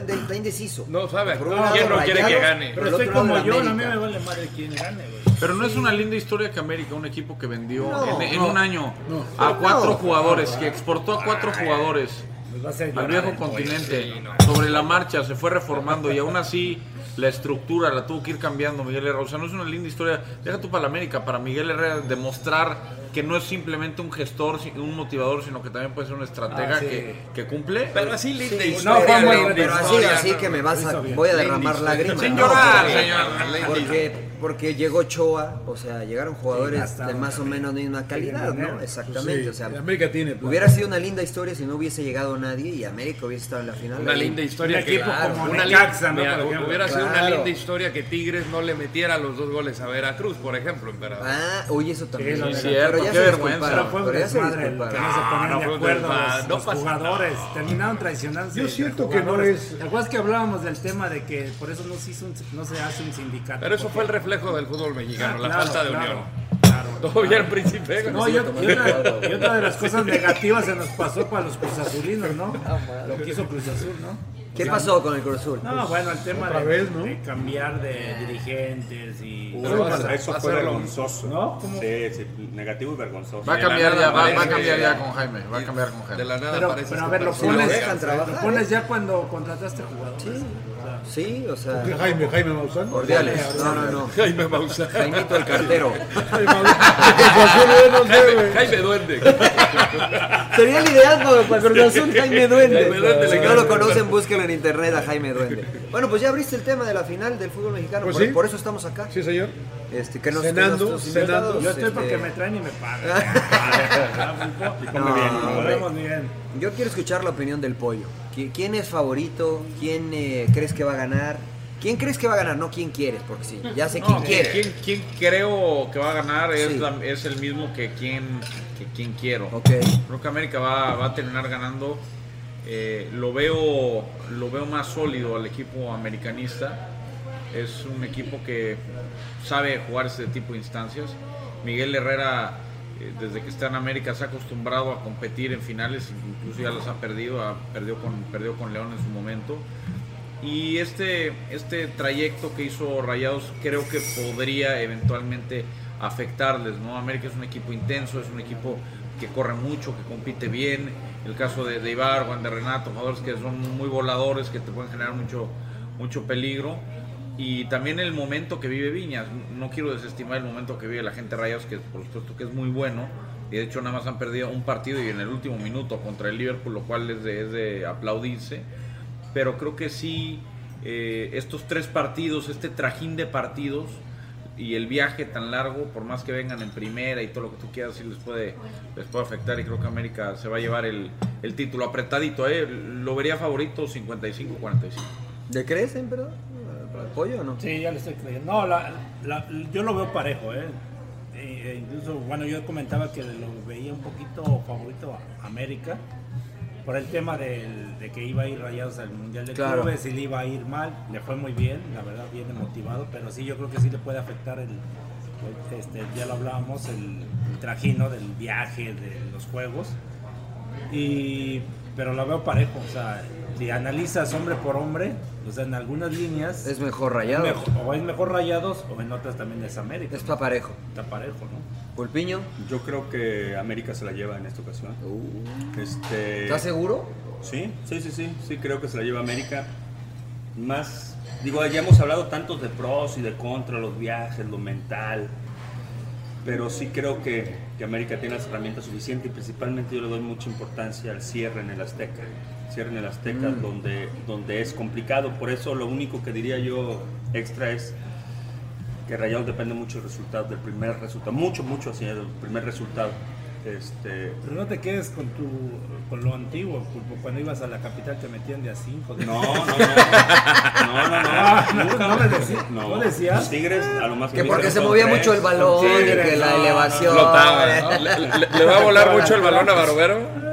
está, está indeciso. No sabe. Por un ¿Quién lado, no quiere que Rayados, gane? por Pero el estoy otro lado, como la yo, a mí América. me vale madre quién gane, güey. Pero no es una linda historia que América, un equipo que vendió No, en, en no. un año No. a cuatro No. jugadores, que exportó a cuatro jugadores Nos va a hacer al llorar viejo el pollo. continente, Sí, no. sobre la marcha, se fue reformando y aún así la estructura la tuvo que ir cambiando Miguel Herrera. O sea, no es una linda historia. Deja tú para la América, para Miguel Herrera, demostrar que no es simplemente un gestor, si- un motivador, sino que también puede ser un estratega Ah, sí. que, que cumple. Pero así linda Sí, historia. no, fue muy- linda pero así- historia, así no, que no, me no, vas a- hizo bien. voy a Linda derramar historia. lágrimas. Sin No, llorar, porque- señor. Porque, porque llegó Choa, o sea, llegaron Sí, jugadores hasta de más o menos misma calidad, ¿no? Pues Exactamente, sí, o sea, América tiene plan. Hubiera sido una linda historia si no hubiese llegado nadie y América hubiese estado en la final. Una Ahí. linda historia. que- Claro. una lin- mira, Hubiera sido una Claro. linda historia que Tigres no le metiera los dos goles a Veracruz, por ejemplo, en verdad. Ah, oye, eso también. Sí, Pero ya cierto, se qué disculparon, vergüenza. pero Pero fue un ya se desmadre el disculparon. que no se ponían no, de de acuerdo acuerdo los- los, los jugadores. jugadores. Terminaron traicionándose. Yo entre siento que no jugadores. es- ¿Te acuerdas que hablábamos del tema de que por eso no se, hizo un- no se hace un sindicato? Pero eso Porque- fue el reflejo del fútbol mexicano, Ah, la claro, falta de claro, unión. claro. Todavía el príncipe. No, y otra, y otra- y otra de las cosas negativas se nos pasó para los cruzazulinos, ¿no? Lo que hizo Cruz Azul, ¿no? ¿Qué O sea, pasó con el Cruz Azul? No, bueno, el tema Otra de, vez, ¿no? de cambiar de dirigentes y... Uy, eso fue vergonzoso. ¿No? Sí, sí, negativo y vergonzoso. Va a cambiar ya, va, va a cambiar ya con Jaime, va a cambiar con Jaime. De la nada Pero, pero a ver, lo Sí, pones, dejan trabajar, lo pones ya cuando contrataste jugadores. Sí, sí o sea... ¿Qué, Jaime? ¿Jaime Maussan? Ordiales. No, no, no. Jaime Maussan. Jaimito el cartero. Jaime, Jaime Duende. Sería el ideal para, para Cruz Azul, Jaime Duende. Jaime Duende si le no lo gana. conocen, búsquenlo en internet a Jaime Duende. Bueno, pues ya abriste el tema de la final del fútbol mexicano. Pues por, sí. por eso estamos acá. Sí, señor. Este, que nos, Cenando, que nuestros cenando. invitados, Yo estoy este- porque me traen y me pagan. Y come bien, No, nos hombre. vemos bien. Yo quiero escuchar la opinión del pollo. ¿Qui- ¿Quién es favorito? ¿Quién eh, crees que va a ganar? ¿Quién crees que va a ganar? No, ¿quién quieres? Porque sí, ya sé No, quién que quiere. Quien, quien creo que va a ganar es, Sí. la- es el mismo que quien, que quien quiero. Creo que América va, va a terminar ganando. Eh, lo, veo, lo veo más sólido al equipo americanista. Es un equipo que sabe jugar este tipo de instancias. Miguel Herrera, eh, desde que está en América, se ha acostumbrado a competir en finales, incluso ya las ha perdido, ha- perdió, con, perdió con León en su momento. Y este, este trayecto que hizo Rayados creo que podría eventualmente afectarles, ¿no? América es un equipo intenso, es un equipo que corre mucho, que compite bien. El caso de, de Ibar, Juan de Renato, jugadores que son muy voladores, que te pueden generar mucho, mucho peligro. Y también el momento que vive Viñas. No quiero desestimar el momento que vive la gente de Rayados, que por supuesto que es muy bueno. Y de hecho nada más han perdido un partido y en el último minuto contra el Liverpool, lo cual es de- es de aplaudirse pero creo que sí, eh, estos tres partidos, este trajín de partidos y el viaje tan largo, por más que vengan en primera y todo lo que tú quieras, sí les puede, les puede afectar y creo que América se va a llevar el, el título apretadito, ¿eh? lo vería favorito 55-45. ¿Le crees, en verdad? ¿Al pollo o no? Sí, ya le estoy creyendo. No, la- la- yo lo veo parejo, ¿eh? E- e incluso, bueno, yo comentaba que lo veía un poquito favorito a América por el tema del- de que iba a ir rayados al Mundial de Claro. Clubes y le iba a ir mal. Le fue muy bien, la verdad, viene motivado, pero sí, yo creo que sí le puede afectar el. el- Este, ya lo hablábamos, el, el trajino del viaje, de los juegos. Y, pero la veo parejo, o sea, si analizas hombre por hombre, o sea, en algunas líneas. Es mejor Rayados. Mejo- o es mejor rayados, o en otras también es América. Está parejo. Está parejo, ¿no? ¿Pulpiño? Yo creo que América se la lleva en esta ocasión. Este, ¿Estás seguro? Sí, sí, sí, sí, sí, creo que se la lleva América. Más, digo, ya hemos hablado tantos de pros y de contra, los viajes, lo mental. Pero sí creo que, que América tiene las herramientas suficientes y principalmente yo le doy mucha importancia al cierre en el Azteca. Cierre en el Azteca Mm. donde, donde es complicado. Por eso lo único que diría yo extra es que Rayados depende mucho del resultado, del primer resultado. Mucho, mucho así, del primer resultado. Este, Pero no te quedes con tu con lo antiguo, Pulpo. Cuando ibas a la capital te metían de a 5. No, no, no. No, no, no. no, Nunca no, me- le decía- no. no decías. Los Tigres, a lo más Que me porque hicieron se son movía tres, mucho el son balón, Tigres, de que la elevación. Flotaba, ¿no? Le- le- ¿Le va a volar mucho el balón a Barovero?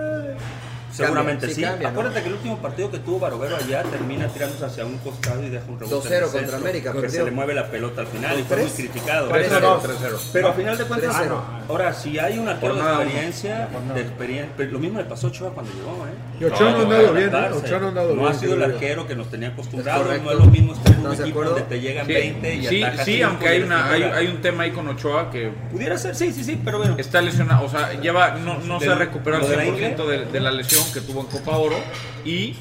Seguramente sí. cambia, ¿no? Acuérdate que el último partido que tuvo Barovero allá termina tirándose hacia un costado y deja un rebote. 2-0 en el contra centro, América, Que perdió. se le mueve la pelota al final y ¿Con fue muy tres? criticado. 3-0. Pero al final de cuentas, 3-0. ahora si hay un arquero de Jornada uno. experiencia, de experiencia, pero lo mismo le pasó a Ochoa cuando llegó, ¿eh? Y Ochoa no ha andado bien, ¿eh? adaptarse. Ochoa no ha andado No ha bien, sido el creo yo. arquero que nos tenía Es acostumbrados, correcto. no es lo mismo estar en un ¿Estás de equipo acuerdo? donde te llegan Sí, 20 y sí, atacas sí cinco aunque hay, y una, hay, descargas. hay un tema ahí con Ochoa que... Pudiera ser, sí, sí, sí, pero bueno. Está lesionado, o sea, lleva, no, no se ¿De- ha recuperado lo de al la 100% de, de la lesión que tuvo en Copa Oro y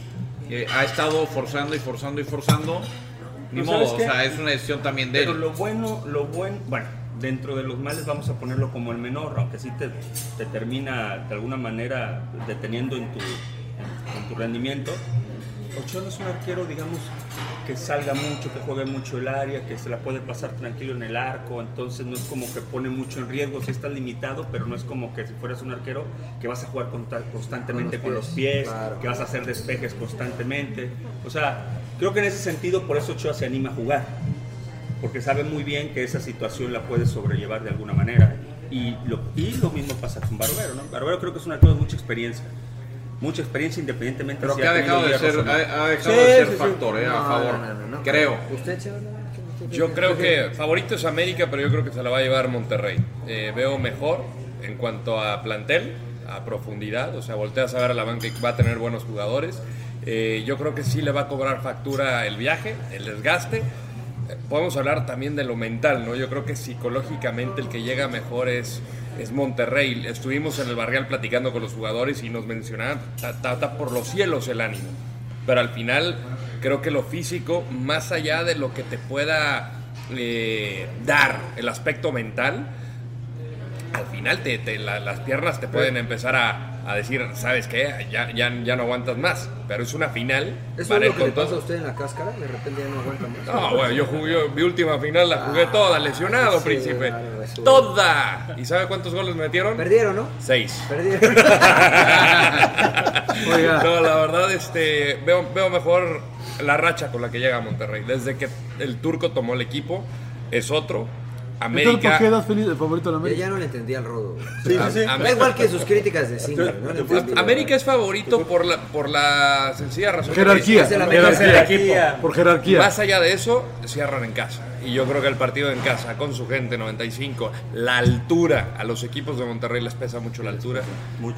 eh, ha estado forzando y forzando y forzando. Ni Pero modo, ¿sabes o qué? sea, es una decisión también de Pero él. lo bueno, lo bueno, bueno, dentro de los males vamos a ponerlo como el menor, aunque sí te, te termina de alguna manera deteniendo en tu, en, en tu rendimiento. Ochoa no es un arquero, digamos, que salga mucho, que juegue mucho el área, que se la puede pasar tranquilo en el arco, entonces no es como que pone mucho en riesgo, sí está limitado, pero no es como que si fueras un arquero que vas a jugar conta- constantemente Con con los los pies, pies, claro. que vas a hacer despejes constantemente. O sea, creo que en ese sentido por eso Ochoa se anima a jugar porque sabe muy bien que esa situación la puede sobrellevar de alguna manera. Y lo, y lo mismo pasa con Barbero, ¿no? Barbero creo que es un actor de mucha experiencia. Mucha experiencia independientemente Pero si que ha tenido dejado de hierros ser- o no. ha- ha dejado de ser factor, ¿eh? A favor. Creo. ¿Usted, señor? Yo creo que favorito es América, pero yo creo que se la va a llevar Monterrey. Eh, veo mejor en cuanto a plantel, a profundidad, o sea, volteas a ver a la banca y va a tener buenos jugadores. Eh, yo creo que sí le va a cobrar factura el viaje, el desgaste. Eh, Podemos hablar también de lo mental, ¿no? Yo creo que psicológicamente el que llega mejor es, es Monterrey. Estuvimos en el barrial platicando con los jugadores y nos mencionaban, tata por los cielos el ánimo. Pero al final creo que lo físico, más allá de lo que te pueda eh, dar el aspecto mental, al final te, te- la- las piernas te pueden empezar a, a decir, ¿sabes qué? Ya, ya, ya no aguantas más. Pero es una final. ¿Eso van a es ir lo que le con todo. pasa a usted en la cáscara? De repente ya no aguanta más. No, Ah, bueno, yo jugué, yo mi última final la jugué Ah, toda, lesionado, sí, príncipe. claro, eso. Toda. ¿Y sabe cuántos goles metieron? Perdieron, ¿no? Seis. Perdieron. Oiga. No, la verdad, este, veo, veo mejor la racha con la que llega Monterrey. Desde que el turco tomó el equipo, es otro. Entonces, ¿por América. qué das feliz el favorito a la América? Ya no le entendí al rodo. Sí, sí, sí. Da igual que sus críticas de cine. ¿no? Le entendí, la verdad. América es favorito pues, por la, por la sencilla razón. que Jerarquía. es el América. Jerarquía. Por jerarquía. Más allá de eso, cierran en casa. Y yo creo que el partido en casa, con su gente, 95, la altura, a los equipos de Monterrey les pesa mucho la altura.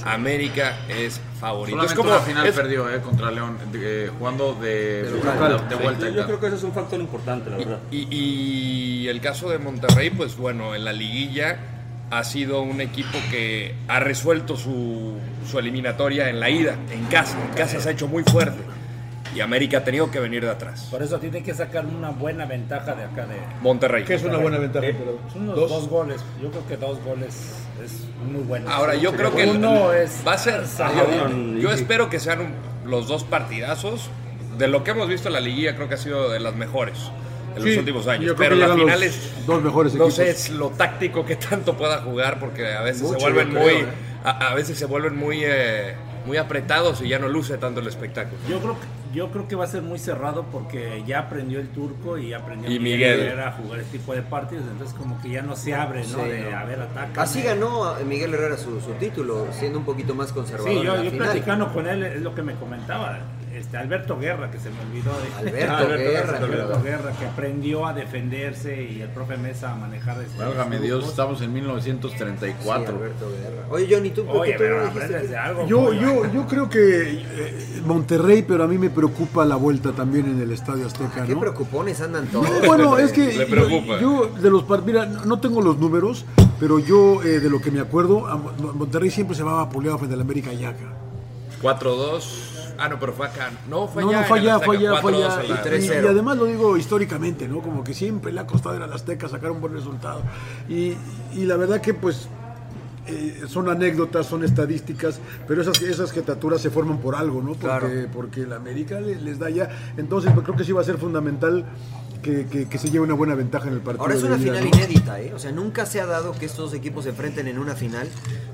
América es favorito. Solamente es como una final es- perdió eh, contra León, de- eh, jugando de, de- de vuelta. Sí, yo creo que ese es un factor importante, la verdad. Y, y el caso de Monterrey, pues bueno, en la liguilla ha sido un equipo que ha resuelto su, su eliminatoria en la ida, en casa. En casa se ha hecho muy fuerte. Y América ha tenido que venir de atrás. Por eso tiene que sacar una buena ventaja de acá de. Monterrey. ¿Qué es una buena ventaja, Eh, Son unos dos. Dos. goles. Yo creo que dos goles es muy bueno. Ahora, yo creo que uno el- es. va a ser. Sajadón. Yo, yo espero que sean un- los dos partidazos. De lo que hemos visto en la liguilla, creo que ha sido de las mejores en los Sí, últimos yo años. creo Pero que las llegan los finales. dos mejores no equipos. sé es lo táctico que tanto pueda jugar, porque a veces Mucho, se vuelven yo creo, muy. ¿eh? A, a veces se vuelven muy. eh, muy apretados y ya no luce tanto el espectáculo. Yo creo, que, yo creo que va a ser muy cerrado porque ya aprendió el turco y ya aprendió Y Miguel. Herrera a jugar este tipo de partidos. Entonces, como que ya no se abre, ¿no? Sí, de no. a ver, ataca. Así ganó eh, Miguel Herrera su, su título, siendo un poquito más conservador. Sí, en la yo, yo final. platicando con él es lo que me comentaba. Este, Alberto Guerra, que se me olvidó. de- Alberto Guerra, Alberto claro. Guerra, que aprendió a defenderse y el profe Mesa a manejar. Este, Válgame los Dios, grupos. estamos en 1934. Oye, Johnny, tú. Oye, tú- pero tú dijiste aprendes que- de algo. Yo, pollo. yo, yo creo que eh, Monterrey, pero a mí me preocupa la vuelta también en el Estadio Azteca, ¿Qué ¿no? preocupones andan No, todos? bueno, es que Le yo- preocupa. Yo, de los par- mira, no no tengo los números, pero yo eh, de lo que me acuerdo, a Mon- Monterrey siempre se va apoleado frente al América y acá. 4-2. Ah, no, pero fue acá. No, fue no, allá. no, fue en el allá, Azteca, fue allá, fue 4-2 allá. en la- Y, y además lo digo históricamente, ¿no? Como que siempre le ha costado ir a las Azteca sacar un buen resultado. Y, y la verdad que pues eh, son anécdotas, son estadísticas, pero esas, esas jetaturas se forman por algo, ¿no? Porque, porque el América le- les da ya. Entonces pues, creo que sí va a ser fundamental que, que- que se lleve una buena ventaja en el partido. Ahora es de una ida, final ¿no? inédita, ¿eh? O sea, nunca se ha dado que estos dos equipos se enfrenten en una final.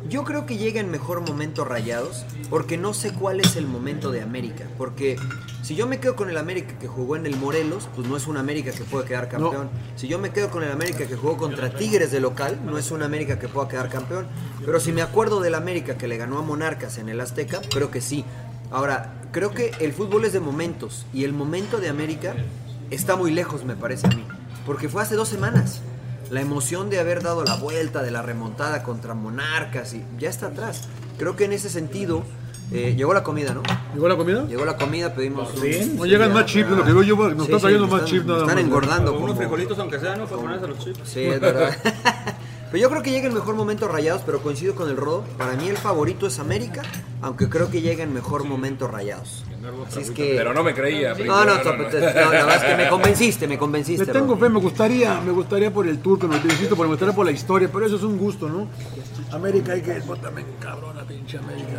Yo creo que llega en mejor momento Rayados, porque no sé cuál es el momento de América. Porque si yo me quedo con el América que jugó en el Morelos, pues no es un América que puede quedar campeón. Si yo me quedo con el América que jugó contra Tigres de local, no es un América que pueda quedar campeón. Pero si me acuerdo del América que le ganó a Monarcas en el Azteca, creo que sí. Ahora, creo que el fútbol es de momentos, y el momento de América está muy lejos, me parece a mí. Porque fue hace dos semanas. La emoción de haber dado la vuelta, de la remontada contra Monarcas, y ya está atrás. Creo que en ese sentido, eh, llegó la comida, ¿no? ¿Llegó la comida? Llegó la comida, pedimos. Por un- fin. No llegan más chips, lo que veo yo, nos están trayendo más están- chips nada nos Están más. engordando. Unos como- frijolitos, aunque sea, ¿no? Para ponerse los chips. Sí, es verdad. Pero yo creo que llega el mejor momento Rayados, pero coincido con el Rodo. Para mí el favorito es América, aunque creo que llega en mejor momento Rayados. Así es que... Pero no me No, creía, no, primero, no, no, no. te- no, la verdad es que me convenciste, me convenciste. Le tengo Rodo. fe, me gustaría, me gustaría por el turco, me felicito, por- me gustaría por la historia, pero eso es un gusto, ¿no? América hay que también cabrona, pinche América.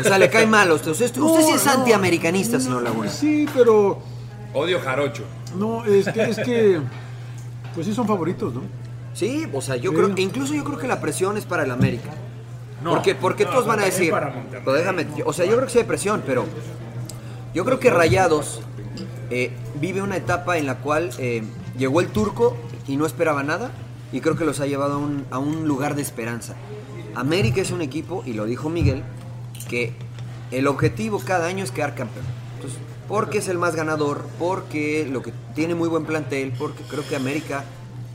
O sea, le cae mal a usted. Usted, usted sí es antiamericanista, señor Laguna. Sí, pero Odio jarocho. no, es que, es que pues sí son favoritos, ¿no? Sí, o sea, yo Sí. creo, incluso yo creo que la presión es para el América. porque porque no, todos van a también decir, para Monterrey. pero déjame, yo- o sea, yo creo que sí hay presión, pero yo creo que Rayados eh, vive una etapa en la cual eh, llegó el turco y no esperaba nada y creo que los ha llevado a un, a un lugar de esperanza. América es un equipo, y lo dijo Miguel, que el objetivo cada año es quedar campeón. Entonces, porque es el más ganador, porque lo que tiene muy buen plantel, porque creo que América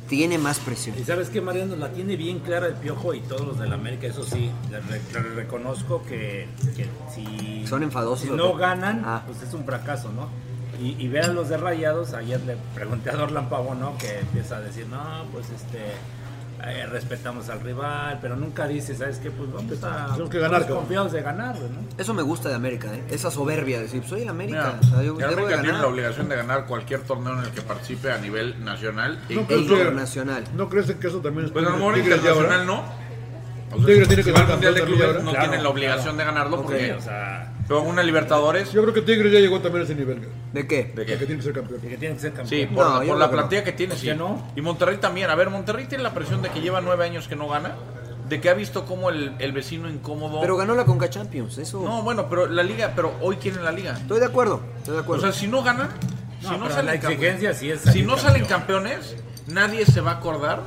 tiene más presión. Y sabes que Mariano la tiene bien clara el piojo y todos los del América, eso sí, le, re- le reconozco que, que si, Son enfadosos, si ¿o no qué? ganan, Ah. pues es un fracaso, ¿no? Y, y vean los de Rayados, ayer le pregunté a Dorlan Pavón, ¿no? Que empieza a decir, no, pues este, eh, respetamos al rival, pero nunca dice, ¿sabes qué? Pues vamos a... Tenemos que ganar, estamos confiados de ganar, güey, ¿no? Eso me gusta de América, ¿eh? esa soberbia de decir, soy el América, Mira, o sea, yo debo el de América tiene ganar. la obligación de ganar cualquier torneo en el que participe a nivel nacional e creo que- internacional. ¿No crees que eso también es Pues a lo Tigres- mejor Tigres ya ahora? internacional no. O Tigres tiene que si va ser al Mundial de campeón también Clubes ahora. no Claro, tienen la obligación claro. de ganarlo Ok, porque o sea, pero una Libertadores. Yo creo que Tigres ya llegó también a ese nivel. güey. ¿De qué? ¿De qué? Que tiene que ser campeón. Que tienen que ser campeones. Sí, por, No, la, yo creo por la que no. plantilla que tiene, ¿Por sí. qué no? Y Monterrey también. A ver, Monterrey tiene la presión de que lleva nueve años que no gana, de que ha visto como el, el vecino incómodo. Pero ganó la Conca Champions, eso. No, bueno, pero la liga, pero hoy quieren la liga. Estoy de acuerdo, estoy de O acuerdo. sea, si no ganan, No, si no pero salen la exigencia campeones, sí es si salir no salen campeones, nadie se va a acordar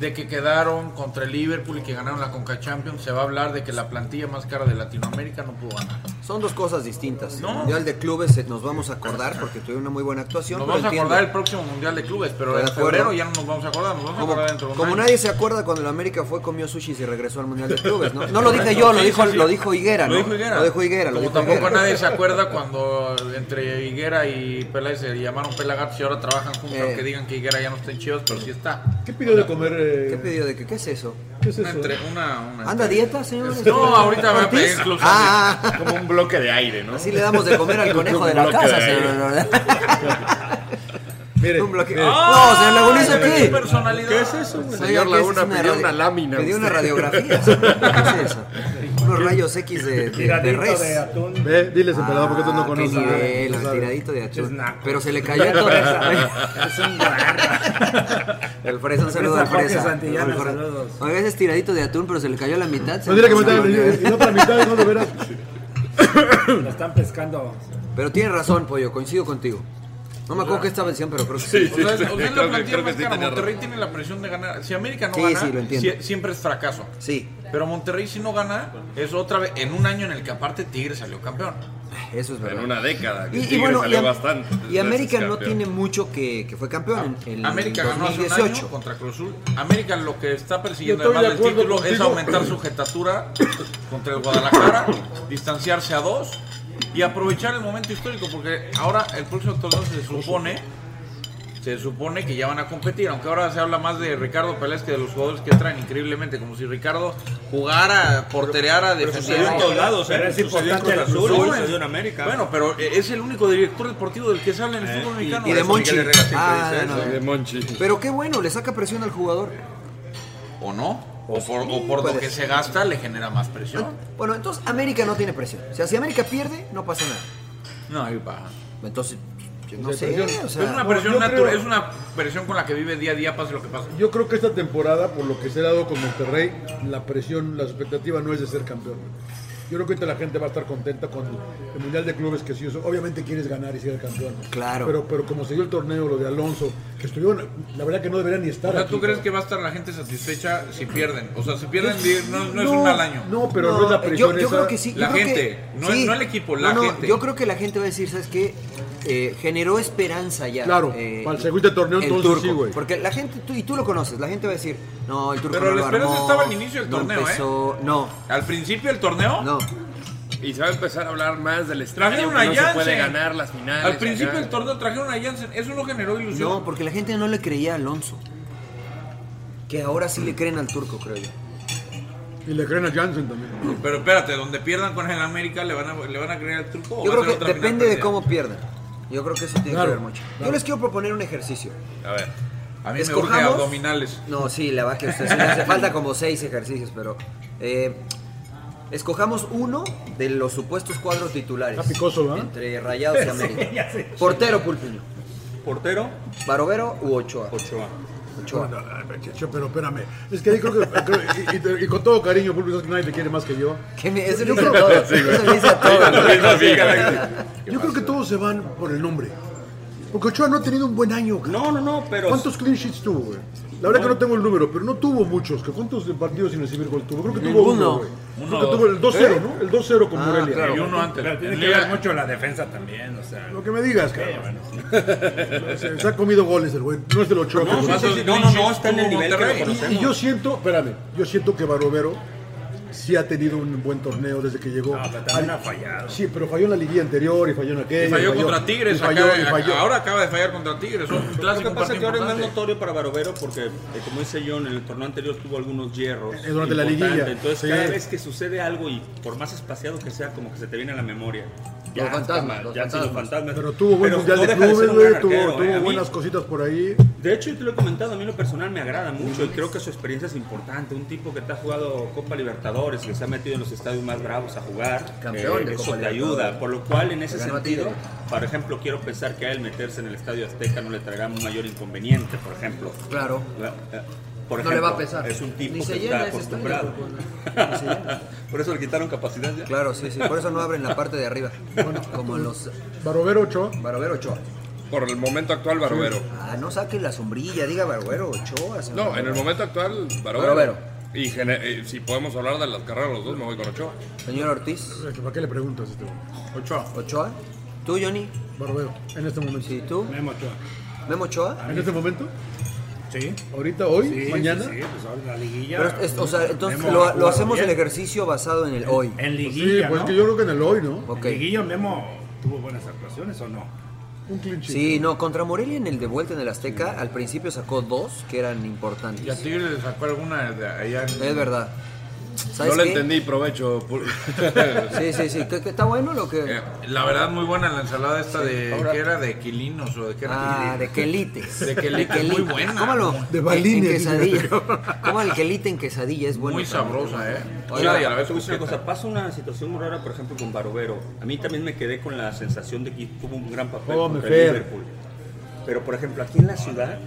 de que quedaron contra el Liverpool y que ganaron la Conca Champions. Se va a hablar de que la plantilla más cara de Latinoamérica no pudo ganar. Son dos cosas distintas. No. El Mundial de Clubes eh, nos vamos a acordar porque tuvieron una muy buena actuación. Nos pero vamos a entiendo. acordar el próximo Mundial de Clubes, pero Estoy en de acuerdo. febrero ya no nos vamos a acordar, nos vamos a Como, acordar dentro de un como año. nadie se acuerda cuando el América fue, comió sushis y regresó al Mundial de Clubes, ¿no? No lo dije yo, lo Sí, dijo, sí, sí. Lo dijo Higuera, ¿no? Lo dijo Higuera. Lo dijo Higuera, lo Como dijo tampoco Higuera. nadie se acuerda cuando entre Higuera y Peláez se llamaron Pelagatos y ahora trabajan juntos, Eh. aunque digan que Higuera ya no está en Chivas, pero sí está. ¿Qué pidió de comer? eh? ¿Qué pedido de qué? ¿Qué es eso? ¿Qué es Una eso? entre- una- una ¿Anda a entre- dieta, señores? Este, No, ahorita me va a ¿Ortiz? pedir incluso. Ah, ah, ah. Como un bloque de aire, ¿no? Así le damos de comer al conejo de la Un bloque casa, de aire. señor. Mire, un bloque. mire. No, señor Laguna, ¿eso Ay, qué? qué personalidad. ¿Qué es Ah, eso, güey? Señor ¿qué es? Laguna pidió radio- una lámina, Pidió una usted. radiografía. señor. ¿Qué es eso? Unos rayos X de, de- de Tiradito res. Ah, de atún. Ve, diles, emperador, porque tú no qué conoces. nivel, no el sabes. tiradito de atún. Es naco. Pero se le cayó entonces. Es un garra. El fresa, un saludo al Fresa, Jorge fresa. Santillana, Al Jorge. saludos. Oiga, ese es tiradito de atún, pero se le cayó a la mitad. No diré que me señor. está. Y no para mitad, no, de veras. Lo están pescando. Pero tienes razón, Pollo, coincido contigo. No me acuerdo qué estaba diciendo, pero creo que sí. O sea, o sea, es la creo que- creo plantilla que más sí cara. tenía Monterrey tiene la presión de ganar. Si América no Sí, gana, sí, lo entiendo. sie- siempre es fracaso. Sí, Pero Monterrey si no gana, es otra vez en un año en el que aparte Tigre salió campeón. eso es verdad. En una década. que Y, y Tigres bueno, y, salió Am- bastante. y Entonces, América no campeón. tiene mucho que, que fue campeón en el Ah, América ganó hace un 2018. año contra Cruz Azul. América lo que está persiguiendo Yo estoy además de del título acuerdo es contigo. aumentar su jetatura contra el Guadalajara, distanciarse a dos y aprovechar el momento histórico porque ahora el próximo torneo se supone se supone que ya van a competir, aunque ahora se habla más de Ricardo Pérez que de los jugadores que traen increíblemente, como si Ricardo jugara, portereara, Pero sucedió en todos lados, ¿eh? Pero es Sucedió en Cruz importante el Azul, Azul, sucedió en América. Bueno, pero es el único director deportivo del que se habla en el Eh, fútbol y- mexicano. y de Por eso Monchi. Miguel Herrera siempre Ah, dice no, eso. no. De Monchi. Pero qué bueno, le saca presión al jugador. o no, o por, Pues o por puede lo que ser. se gasta le genera más presión. Ah, Bueno, entonces América no tiene presión. O sea, si América pierde, no pasa nada. No, ahí va. Entonces, No Pues, sé, o sea, es una no, presión yo natural, creo- es una presión con la que vive día a día, pase lo que pase. Yo creo que esta temporada, por lo que se ha dado con Monterrey, la presión, la expectativa no es de ser campeón. Yo creo que ahorita la gente va a estar contenta con el Mundial de Clubes que sí, eso- obviamente quieres ganar y ser campeón. Claro. Pero, pero como se dio el torneo, lo de Alonso, que estuvieron, la verdad que no deberían ni O estar. sea, aquí. ¿tú crees que va a estar la gente satisfecha si pierden? O sea, si pierden, no, no es No, un mal año. no, pero no es la eh, yo- presión Yo, esa. creo que sí. yo La creo gente, que- no- no el equipo, la gente. Yo creo que la gente va a decir, ¿sabes qué? Eh, generó esperanza ya. Claro, eh, para el segundo torneo, el entonces turco. sí, güey. Porque la gente, tú, y tú lo conoces, la gente va a decir, no, el turco Pero la no lo esperanza armó, estaba al inicio del no torneo, ¿eh? empezó, No. ¿Al principio del torneo? No. Y se va a empezar a hablar más del estadio, que Trajeron a no se Janssen. puede ganar las finales. Al principio acá. del torneo trajeron a Janssen. Eso no generó ilusión. No, porque la gente no le creía a Alonso. Que ahora sí le creen al turco, creo yo. Y le creen a Janssen también. Pero espérate, donde pierdan con el América, ¿le van a, le van Oh, a creer al truco? Yo creo que depende de cómo pierdan. Yo creo que eso tiene Claro, que ver mucho. Yo claro. les quiero proponer un ejercicio. A ver. A mí me urge Escojamos- abdominales. No, sí, la verdad que a usted sí le hace falta como seis ejercicios, pero. eh, escojamos uno de los supuestos cuadros titulares. Está picoso, ¿verdad? Entre Rayados y Sí, América. ya sé. Portero, Pulpiño. ¿Portero? ¿Barovero u Ochoa? Ochoa. Ochoa. No, no, no, Checho, pero espérame. Es que ahí creo que. creo- y, y te- y con todo cariño, Pulpo, sabes que nadie te quiere más que yo. Que me- eso Yo dice creo- todo, Sí, güey. eso dice todo. Lo mismo a mí, güey. Yo creo que todos se van por el nombre. Porque Ochoa no ha tenido un buen año. No, no, no, pero. ¿Cuántos clean sheets tuvo, güey? La verdad que no tengo el número, pero no tuvo muchos. ¿Que ¿Cuántos partidos sin recibir gol tuvo? Creo que tuvo Ninguno. uno, güey. Uno, Creo que tuvo el 2-0, ¿Eh? ¿no? El 2-0 con Morelia. Y uno antes. Pero tiene que ver mucho la defensa también, o sea. Lo que me digas, Sí, cabrón. bueno, sí. Se, se ha comido goles el güey. No es del Ochoa. No, que- sí, sí, sí, no, no, no, está en el nivel que lo Monterrey. conocemos. Y, y yo siento, espérame, yo siento que Barovero sí ha tenido un buen torneo desde que llegó. pero también Al- ha fallado. Sí, pero falló en la liguilla anterior y falló en aquella. Y falló y contra Tigres. y falló, acaba- y falló. Ahora acaba de fallar contra Tigres. Un Lo clásico que pasa es que ahora es más importante. notorio para Barovero porque, eh, como dice John, en el torneo anterior tuvo algunos hierros. Eh, durante la importantes. liguilla. Entonces, Sí. cada vez que sucede algo y por más espaciado que sea, como que se te viene a la memoria. Ya Los está fantasmas, mal, los ya han sido fantasmas. fantasmas. Pero tuvo buen Pero mundial no de deja de ser clubes, un güey. gran Tuvo, arquero, eh. tuvo A mí- buenas cositas por ahí. De hecho, yo te lo he comentado, a mí lo personal me agrada mucho y creo que su experiencia es importante. Un tipo que te ha jugado Copa Libertadores, que se ha metido en los estadios más bravos a jugar, eh, Campeón de eso Copa te Libertadores. ayuda. Por lo cual, en ese Ganó a sentido, Tigres. por ejemplo, quiero pensar que a él meterse en el estadio Azteca no le traerá un mayor inconveniente, por ejemplo. Claro. La- eh, por No le va a ejemplo, pesar. Es un Ni tipo se que llena ese está estadio, acostumbrado. pues, ¿no? Ni se llena. por eso le quitaron capacidad ya. Claro, sí, sí. Por eso no abren la parte de arriba. como en los. Barovero Ochoa. Barovero Ochoa. Por el momento actual, Barovero. Ah, no saque la sombrilla, diga Barovero Ochoa. señor. No, en el momento actual, Barovero. Barovero. Y gene- eh, si podemos hablar de las carreras los dos, me voy con Ochoa. Señor Ortiz. ¿Para qué le preguntas a este güey? Ochoa. Ochoa. ¿Tú, Johnny? Barovero, en este momento. ¿Y tú? Memo Ochoa. ¿Memo Ochoa? ¿En este momento? Sí. ¿Ahorita, hoy? Sí, ¿Mañana? Sí, sí, pues ahora la liguilla. Pero es- es- o sea, entonces Memo ha lo, lo jugado hacemos bien. el ejercicio basado en el hoy. En liguilla, Sí, pues ¿no? que yo creo que en el hoy, ¿no? Ok. En Liguilla Memo tuvo buenas actuaciones o no? Un clean sheet. Sí, no, contra Morelia en el de vuelta en el Azteca, al principio sacó dos que eran importantes. Y a Tigres le sacó alguna de allá. en- Es verdad. ¿Sabes No lo qué? entendí, provecho. pul- Sí, sí, sí. ¿Qué, qué está bueno lo que...? Eh, La verdad, muy buena la ensalada esta Sí, de. ahora- ¿Qué era? ¿De quilinos o de qué era? Ah, de quelites. De quelites, muy buena. Cómalo. De en- balines, En dice. quesadilla. Cómo el quelite en quesadilla es bueno. Muy también. sabrosa, ¿eh? Oiga, Oye, te voy a decir una cosa, pasa una situación muy rara, por ejemplo, con Barovero. A mí también me quedé con la sensación de que tuvo un gran papel Oh, contra me fer. Liverpool. Pero, por ejemplo, aquí en la ciudad,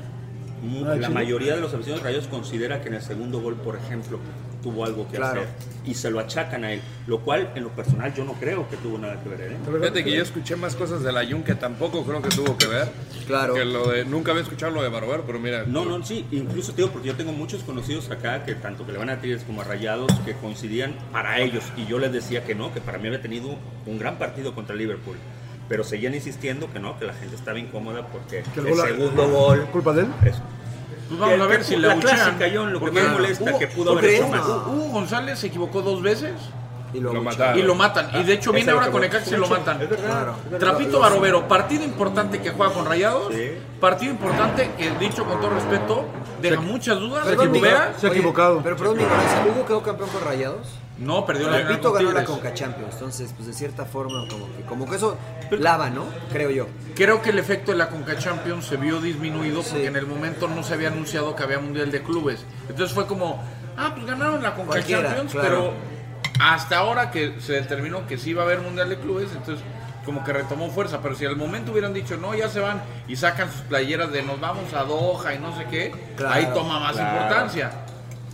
mu- Ah, la chido. mayoría de los aficionados rayos considera que en el segundo gol, por ejemplo, tuvo algo que Claro. hacer. Y se lo achacan a él. Lo cual, en lo personal, yo no creo que tuvo nada que ver. ¿eh? Fíjate que yo escuché más cosas de la Jun que tampoco creo que tuvo que ver. Claro. Que lo de, nunca había escuchado lo de Barovero, pero mira. No, no, sí, incluso te digo, porque yo tengo muchos conocidos acá que tanto que le van a Tigres como a Rayados que coincidían para ellos y yo les decía que no, que para mí había tenido un gran partido contra Liverpool, pero seguían insistiendo que no, que la gente estaba incómoda porque Que el, gol- segundo gol ¿Culpa de él? Eso. Pues vamos a ver Que- si que la la clásica, John, lo que me molesta, que pudo haber hecho más. Hugo González se equivocó dos veces. Y lo, mataron. Y lo matan. Y de hecho Ah, viene es ahora lo con que- Necaxa y lo Mucho. matan. Es verdad, Claro. es verdad. Trapito Barovero, partido importante que juega con Rayados. Partido importante que, dicho con todo respeto, deja muchas dudas. Perdón, Cuando mi- veas- Oye, Pero perdón, mi ignorancia, ¿Hugo quedó campeón con Rayados? No, perdió la final Repito, con ganó la Tigres. Conca Champions. Entonces, pues de cierta forma, como que, como que eso lava, ¿no? Creo yo. Creo que el efecto de la Conca Champions se vio disminuido porque en el momento no se había anunciado que había Mundial de Clubes. Entonces fue como, ah, pues ganaron la Conca Cualquiera, Champions, claro. pero hasta ahora que se determinó que sí iba a haber Mundial de Clubes, entonces como que retomó fuerza, pero si al momento hubieran dicho, no, ya se van y sacan sus playeras de nos vamos a Doha y no sé qué, Claro, ahí toma más claro. importancia.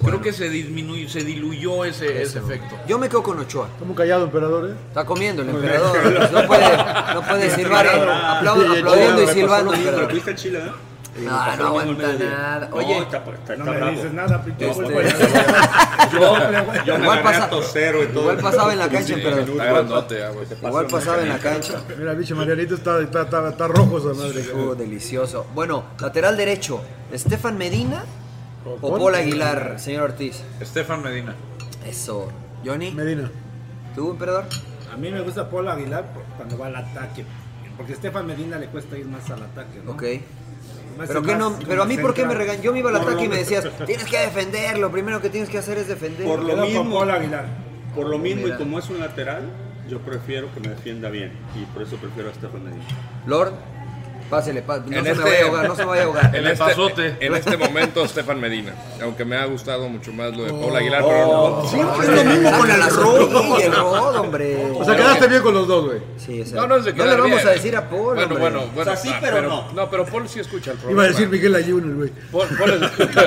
Creo que se disminuyó, se diluyó ese, ese efecto. Yo me quedo con Ochoa. Está muy callado, emperador, ¿eh? Está comiendo el emperador. pues, No puede, no puede silbar. eh. Aplau- aplaudiendo y silbando. Pero emperador. fuiste a Chile, ¿eh? Ah, no aguanta nada. Oye, no me dices nada, pinche Este, guapo. yo, yo me Igual agarré pasa- a tosero y todo. igual pasaba en la cancha, pero- minuto. Está grandote, ah, güey. Igual pasaba en la cancha. Mira, bicho, Marianito está, está, está, está rojo esa madre. Oh, delicioso. Bueno, lateral derecho, Estefan Medina o Paul Paul Aguilar, señor Ortiz. Estefan Medina. Eso. Johnny. Medina. ¿Tú, emperador? A mí me gusta Polo Aguilar por- cuando va al ataque. Porque a Estefan Medina le cuesta ir más al ataque, ¿no? Ok. Más Pero, y qué más no, como pero a mí, ¿por qué me central. regañó? Yo me iba al Por ataque lo y me que- decías, tienes que defender, lo primero que tienes que hacer es defender. Por lo Quedo con mismo, Paul Aguilar. por lo mismo y Mira. como es un lateral, yo prefiero que me defienda bien y por eso prefiero a Estefan Medina. Lord, pásele, pá- no se me vaya a ahogar, no se me vaya a ahogar. En, este, en este momento, Estefan Medina. Aunque me ha gustado mucho más lo de Paul Aguilar, pero no. Siempre es lo mismo con el arroz y el rod, hombre. O sea, quedaste bien con los dos, güey. Sí, exacto. No, no es de le quedar vamos bien. a decir a Paul, Bueno, hombre. bueno, O sea, bueno. sí, ah, pero no. No, pero Paul sí escucha el Iba programa. a decir Miguel Ayun, güey. Paul, Paul es-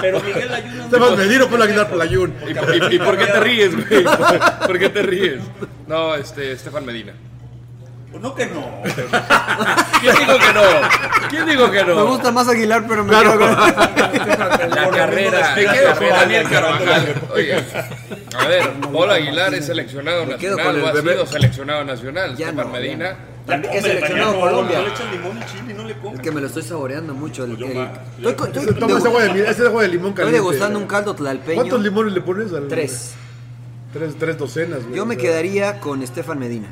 Pero Miguel Ayuno. Te vas a medir o por la guitarra por la Ayun. ¿Y, y- y por qué te ríes, güey? ¿Por, por qué te ríes? No, este, Estefan Medina. Pues No que no. ¿Quién dijo que no? ¿Quién dijo que no? Me gusta más Aguilar, pero me Claro. quedo con- La carrera, Me la quedo carrera, con Daniel Aguilar. Carvajal. Oye, a ver, Paul Aguilar es seleccionado Me quedo nacional con o ha el bebé. sido seleccionado nacional. Ya Estefan no, Medina. ya no. Ya es seleccionado no, Colombia. No le echan limón y chile, no le Es comen. que me lo estoy saboreando mucho. El, el- estoy, co- estoy Ese toma ese agua de, mi- ese agua de limón estoy caliente. degustando un caldo tlalpeño. ¿Cuántos limones le pones al Tres. Tres, tres docenas, güey. Yo me quedaría con Estefan Medina.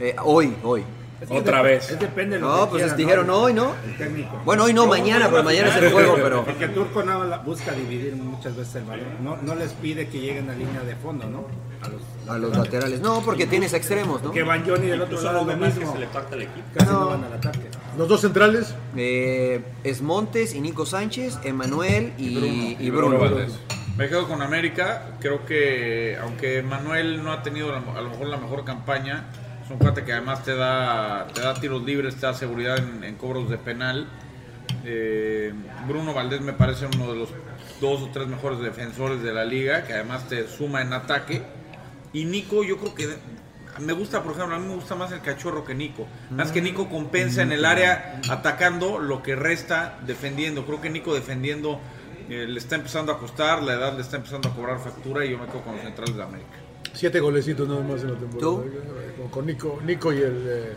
Eh, hoy, hoy. Es que de- Es depende de lo No, que pues quiera, dijeron hoy, ¿no? El técnico. Bueno, hoy no, mañana, pero mañana es el juego, pero. Porque el Turco nada más la- busca dividir muchas veces el balón. No, no les pide que lleguen a línea de fondo, ¿no? A los, A los laterales. No, porque tienes extremos, ¿no? Que van Johnny del otro Incluso lado no pues lo ve más que mismo. se le parta el equipo. Casi no van al ataque. ¿Los dos centrales? Eh, es Montes y Nico Sánchez, Emanuel y, y Y Bruno. Me quedo con América. Creo que, aunque Manuel no ha tenido la- a lo mejor la mejor campaña, es un cuate que además te da, te da tiros libres, te da seguridad en, en cobros de penal. Eh, Bruno Valdés me parece uno de los dos o tres mejores defensores de la liga, que además te suma en ataque. Y Nico, yo creo que me gusta, por ejemplo, a mí me gusta más el cachorro que Nico. Más que Nico compensa en el área atacando lo que resta defendiendo. Creo que Nico defendiendo eh, le está empezando a costar, la edad le está empezando a cobrar factura y yo me quedo con los centrales de América. Siete golecitos nada más en la temporada. ¿Tú? Con, con Nico, Nico y el. eh,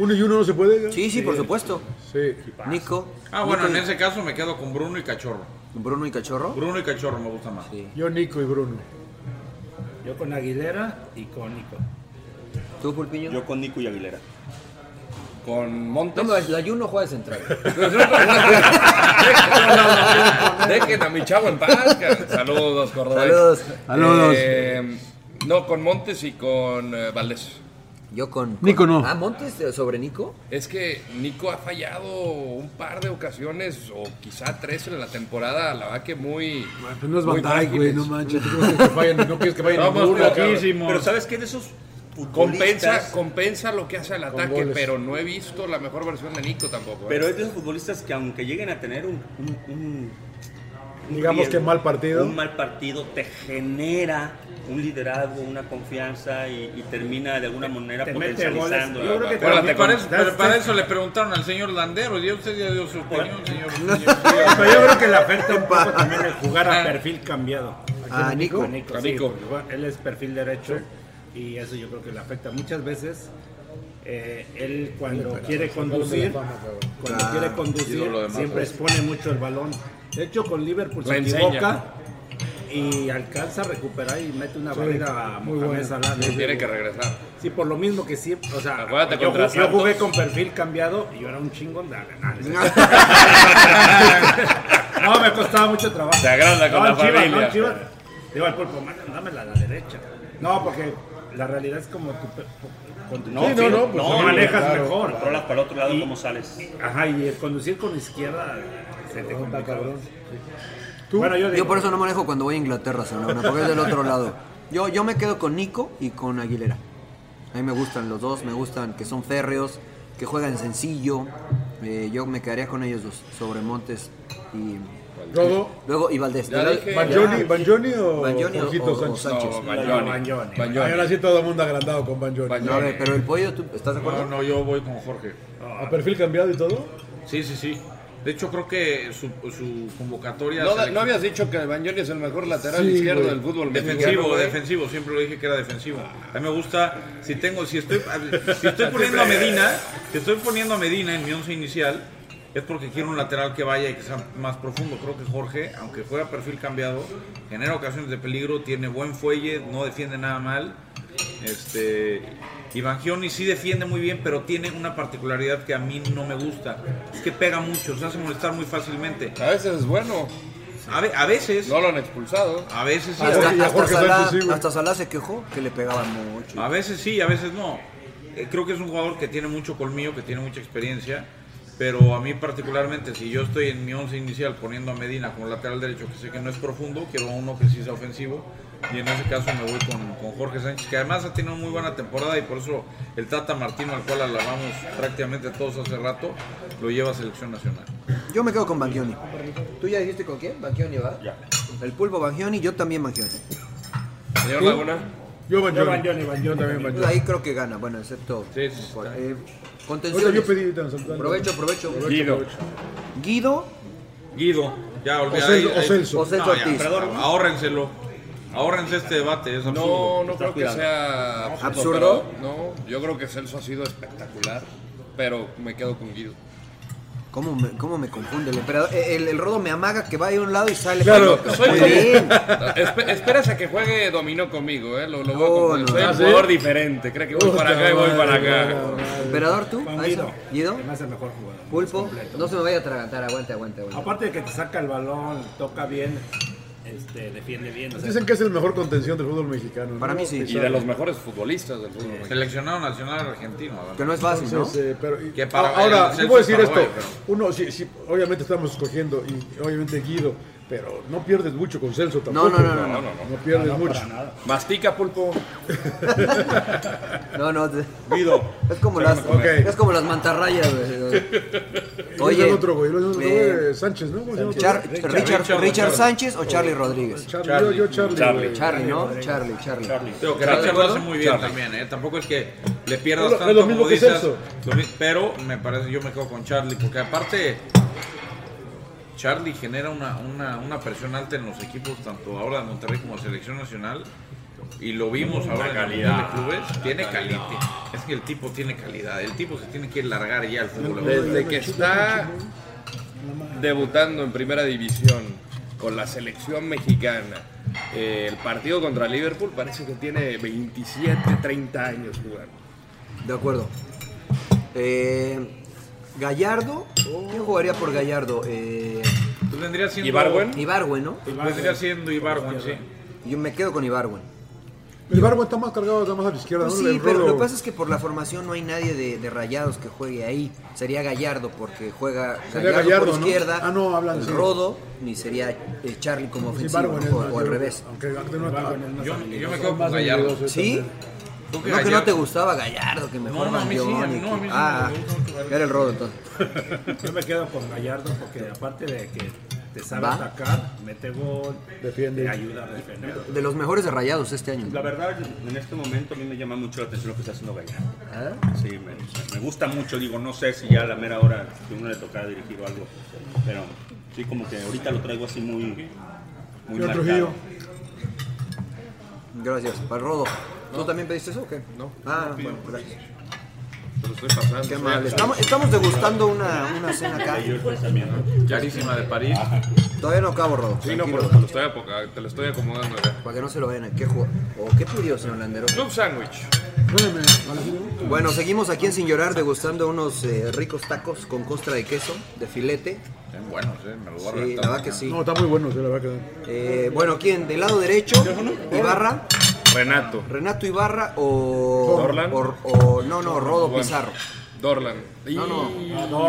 uno y uno no se puede. ¿eh? Sí, sí, por supuesto. Sí. Nico. Ah, bueno, en Nico y- ese caso me quedo con Bruno y Cachorro. ¿Bruno y Cachorro? Bruno y Cachorro me gusta más. Yo, Nico y Bruno. Yo con Aguilera y con Nico. ¿Tú, Pulpiño? Yo con Nico y Aguilera. Con Montes. No, no, el ayuno juega de central. Dejen a mi chavo en paz. cabrón. Saludos, Córdoba. Saludos. Saludos. Eh, no, con Montes y con eh, Valdés. Yo con. Nico con- no. Ah, Montes eh, sobre Nico. Es que Nico ha fallado un par de ocasiones, o quizá tres en la temporada, la verdad que muy. Pues no es muy Van Dyke, güey, frágiles. no manches. ¿Tú crees que fallen? No quieres que vayan No, ninguno, pues, pero- cabrón. pero ¿sabes qué? De esos Compensa, compensa lo que hace el Con ataque, goles. pero no he visto la mejor versión de Nico tampoco. ¿eh? Pero es de esos futbolistas que aunque lleguen a tener un, un- un- un Digamos que mal partido. un mal partido te genera un liderazgo, una confianza y, y termina de alguna manera te mete potencializando. goles. Yo creo que te- Acuérdate, con- para eso, pero das- para das- eso le preguntaron al señor Landero y usted ya dio su opinión, señor. Pero yo creo que le afecta un poco también el jugar a perfil cambiado. Ah, A Nico. A Nico, A sí, Nico. porque va- él es perfil derecho y eso yo creo que le afecta muchas veces. eh, él cuando Pero, quiere pero, conducir, pero, pero, pero, cuando claro, ídolo quiere de conducir, masas. siempre expone mucho el balón. De hecho, con Liverpool La se enseña. equivoca y alcanza a recuperar y mete una Sí, barrida a muy Mohamed bueno. Salah. Sí, tiene que regresar. Sí, por lo mismo que siempre, o sea, Acuérdate yo, contra ju- yo jugué Santos. con perfil cambiado y yo era un chingón de No, me costaba mucho trabajo. Te agranda con No, la en Chivas, familia. no, en Chivas. Digo al pulpo, "Manda- dámela a la derecha. No, porque la realidad es como tu pe- con tu No, perfil, sí, no, pues, lo sí, manejas claro. mejor. Controlas para el otro lado Y- cómo sales. Ajá, y el conducir con izquierda se te complica. cabrón. Bueno, yo yo, digo- por eso no manejo cuando voy a Inglaterra, señor, porque es del otro lado. Yo, yo me quedo con Nico y con Aguilera. A mí me gustan los dos, me gustan que son férreos, que juegan sencillo. Eh, yo me quedaría con ellos dos, sobre Montes y. Rodo. Luego y Valdés. ah, Ya dije. Banjoni- Banjoni o Banjoni Jorgito Sánchez? Sánchez. No, Banjoni. Banjoni. Ahora sí todo el mundo agrandado con Banjoni. No, a ver, pero el pollo, ¿tú estás de acuerdo? No, no, yo voy con Jorge. ¿A perfil cambiado y todo? Sí, sí, sí. De hecho, creo que su, su convocatoria. ¿No, se le- no habías dicho que Banjoni es el mejor lateral Sí, izquierdo güey. del fútbol mexicano? Defensivo, ¿eh? güey? defensivo. Siempre lo dije que era defensivo. A mí me gusta. Si tengo, si estoy, si estoy poniendo a Medina, si estoy poniendo a Medina en mi once inicial, es porque quiero un lateral que vaya y que sea más profundo. Creo que Jorge, aunque juega perfil cambiado, genera ocasiones de peligro, tiene buen fuelle, no defiende nada mal. Este. Y Bangioni sí defiende muy bien, pero tiene una particularidad que a mí no me gusta. Es que pega mucho, se hace molestar muy fácilmente. A veces es bueno. A, ve- a veces. No lo han expulsado. A veces sí. Hasta, hasta, Salah, hasta Salah se quejó que le pegaban mucho. A veces sí, a veces no. Eh, Creo que es un jugador que tiene mucho colmillo, que tiene mucha experiencia, pero a mí particularmente, si yo estoy en mi once inicial poniendo a Medina como lateral derecho, que sé que no es profundo, quiero uno que sí sea ofensivo, y en ese caso me voy con, con Jorge Sánchez, que además ha tenido muy buena temporada y por eso el Tata Martino, al cual alabamos prácticamente todos hace rato, lo lleva a selección nacional. Yo me quedo con Bangioni. ¿Tú ya dijiste con quién? Bangioni, va. El pulpo Bangioni, yo también Bangioni. Señor Laguna. Yo Banjoni. Yo Banjoni, Banjoni. Yo también Banjoni. Ahí creo que gana, bueno, excepto. Sí, sí. Eh, contenciones. Ahorita yo pedí tan saltando. Provecho, provecho. Guido. Guido. Guido, ya olvidé. O Celso- ahí- ahí- o Celso. O Celso No, ya, Ortiz. perdón, ahórrenselo. Ahórrense este debate, es absurdo. No, no creo que sea ¿Absurdo? pero No, yo creo que Celso ha sido espectacular, pero me quedo con Guido. ¿Cómo me, cómo me confunde el emperador? Eh, El, el rodo me amaga que va a un lado y sale. para el otro. Pues soy Muy como- bien. Espe- esperas a que juegue dominó conmigo, ¿eh? Lo, lo voy a No, confundir. no. Soy ¿Ah, un sí? jugador diferente. Cree que voy para acá y voy para acá. Emperador, tú, Juan a eso. Guido. Guido. Además, el mejor jugador. Pulpo, completo. no se me vaya a atragantar, aguanta, aguanta, Ah, aguanta. Aparte de que te saca el balón, toca bien, este, defiende bien. o sea, Dicen que es el mejor contención del fútbol mexicano. ¿no? pues, Y de los mejores futbolistas del fútbol. mexicano. Seleccionado nacional argentino. además. Entonces, eh, pero- y- Que para- ahora, el yo puedo decir Celso esto. Paraguay, pero- Uno, sí, sí, obviamente estamos escogiendo, y obviamente Guido, pero no pierdes mucho con Celso No, tampoco. no, no, no, no, no. No pierdes No, no, mucho. para nada. Mastica, pulpo. eh, No, no. Guido. Es como, las, es como las mantarrayas, güey. Oye. Oye, El otro, güey. El otro, eh, güey, Sánchez, ¿no? ¿Cómo se llama otro? Char- Richard, Richard, Sánchez o Charlie Rodríguez. Charlie, yo- yo Charlie, Charlie. güey. Charlie, ¿no? Charlie. Charlie, Charlie. Digo que ¿Estás de Richard lo acuerdo? hace muy bien Charlie. también, ¿eh? Tampoco es que le Es pierdas lo- es tanto lo mismo como que dices. Celso. lo mi- Pero me parece, yo me quedo con Charlie, porque aparte Charlie genera una, una, una presión alta en los equipos, tanto ahora de Monterrey como de selección nacional. Y lo vimos La ahora en el calidad, Mundial de clubes, la tiene calidad. calidad. Es que el tipo tiene calidad, el tipo se tiene que largar ya al fútbol. Desde que está debutando en primera división con la selección mexicana, eh, el partido contra Liverpool parece que tiene 27, 30 años jugando. De acuerdo. Eh, Gallardo. ¿Quién jugaría por Gallardo? Eh, Tú vendrías Pues siendo Ibarwen, ¿no? Vendría siendo Ibarwen, sí. Yo me quedo con Ibarwen. Ibarbo está más cargado, está más a la izquierda. Pues ¿no? sí, El pero Rodo. lo que pasa es que por la formación no hay nadie de, de rayados que juegue ahí. Sería Gallardo porque juega Sería Gallardo, Gallardo, por ¿no? izquierda. Ah, no, hablan, el sí. Rodo, ni sería eh, Charlie como Sí, ofensivo Ibarwen es o, más, o al yo- revés. aunque Gallardo no está- Yo- yo me quedo con Gallardo. ¿Sí? ¿Tú No qué que no Gallardo? te gustaba Gallardo, que mejor No, no, a mí sí, Bandión a mí y no, que- a mí sí Ah, me gusta mucho Gallardo. era el Rodo entonces. Yo me quedo con Gallardo porque aparte de que te sabe Va. atacar, mete gol, defiende. te ayuda a defender. De los mejores de rayados este año. La verdad, en este momento a mí me llama mucho la atención lo que está haciendo Gallardo. ¿Ah? Sí, me, me gusta mucho. Digo, no sé si ya a la mera hora que uno le toca dirigir o algo. Pero sí, como que ahorita lo traigo así muy. muy Señor marcado. Trujillo. Gracias. Para el Rodo. ¿Tú también pediste eso o qué? No. Ah, bueno, gracias. Lo estoy pasando. Qué amable. Estamos, estamos degustando una, una cena acá. Carísima de París. Todavía no acabo, Rodo. Sí, no, Tranquilo. pero te lo estoy, apoca- te lo estoy acomodando acá. Para que no se lo vayan a qué juego. ¿O qué pidió, señor Landero? Club Sandwich. Bueno, seguimos aquí en Sin Llorar degustando unos eh, ricos tacos con costra de queso, de filete. Están buenos, ¿eh? Me lo voy a Sí, reventar la verdad mañana. que sí. No, está muy bueno, sí, la verdad Eh, bueno, ¿quién? Del lado derecho, Ibarra, Renato. Renato Ibarra o... Dorlan. O, o- no, no, Rodo Bueno, Pizarro. Dorlan. No, no. Ah,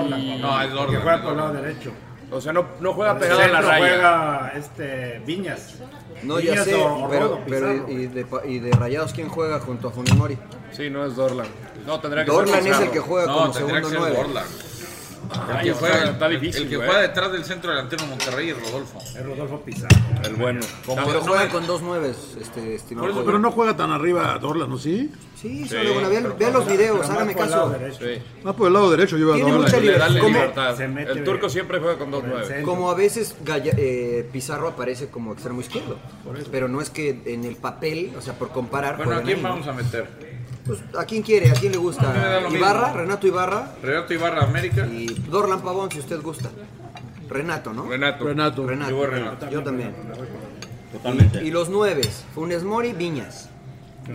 Y- No, es Dorlan. Que juega por el lado derecho. O sea, no, no juega Por el pegado a la centro raya. Juega este, Viñas. No, ya sé, o- o pero, Rodo, pero Pizarro. y, de, pa- y de Rayados quién juega junto a Funemori? Sí, no es Dorlan. No, tendría que Dorlan ser es Pizarro. el que juega No, como tendría segundo que ser nueve. Dorlan. El Ay, que, está- juega, Ah, está difícil, el que güey. juega detrás del centro delantero de Monterrey es Rodolfo. Es Rodolfo Pizarro. El bueno. Como Pero no juega me- con dos nueves, este, estimado. Por eso, Jorge. pero No juega tan arriba Dorlan, ¿no? Sí. Sí, sí, bueno, vean- vean los videos, háganme caso. Ah, por el lado derecho lleva Tiene Dorlan. mucha Le da libertad. ¿Cómo? libertad. El turco siempre juega con dos nueve. Como a veces Galla- eh, Pizarro aparece como extremo izquierdo, pero no es que en el papel, o sea, por comparar. Bueno, ¿a juegan quién ahí, vamos ¿no? a meter? Pues, ¿A quién quiere? ¿A quién le A mí me da lo gusta? mismo. Ibarra, Renato Ibarra, Renato Ibarra, América. Dorlan Pavón, si usted gusta. Renato, ¿no? Renato. Renato. Renato. Yo voy Renato. Yo también. Totalmente. Y los nueves, Funes Mori, Viñas.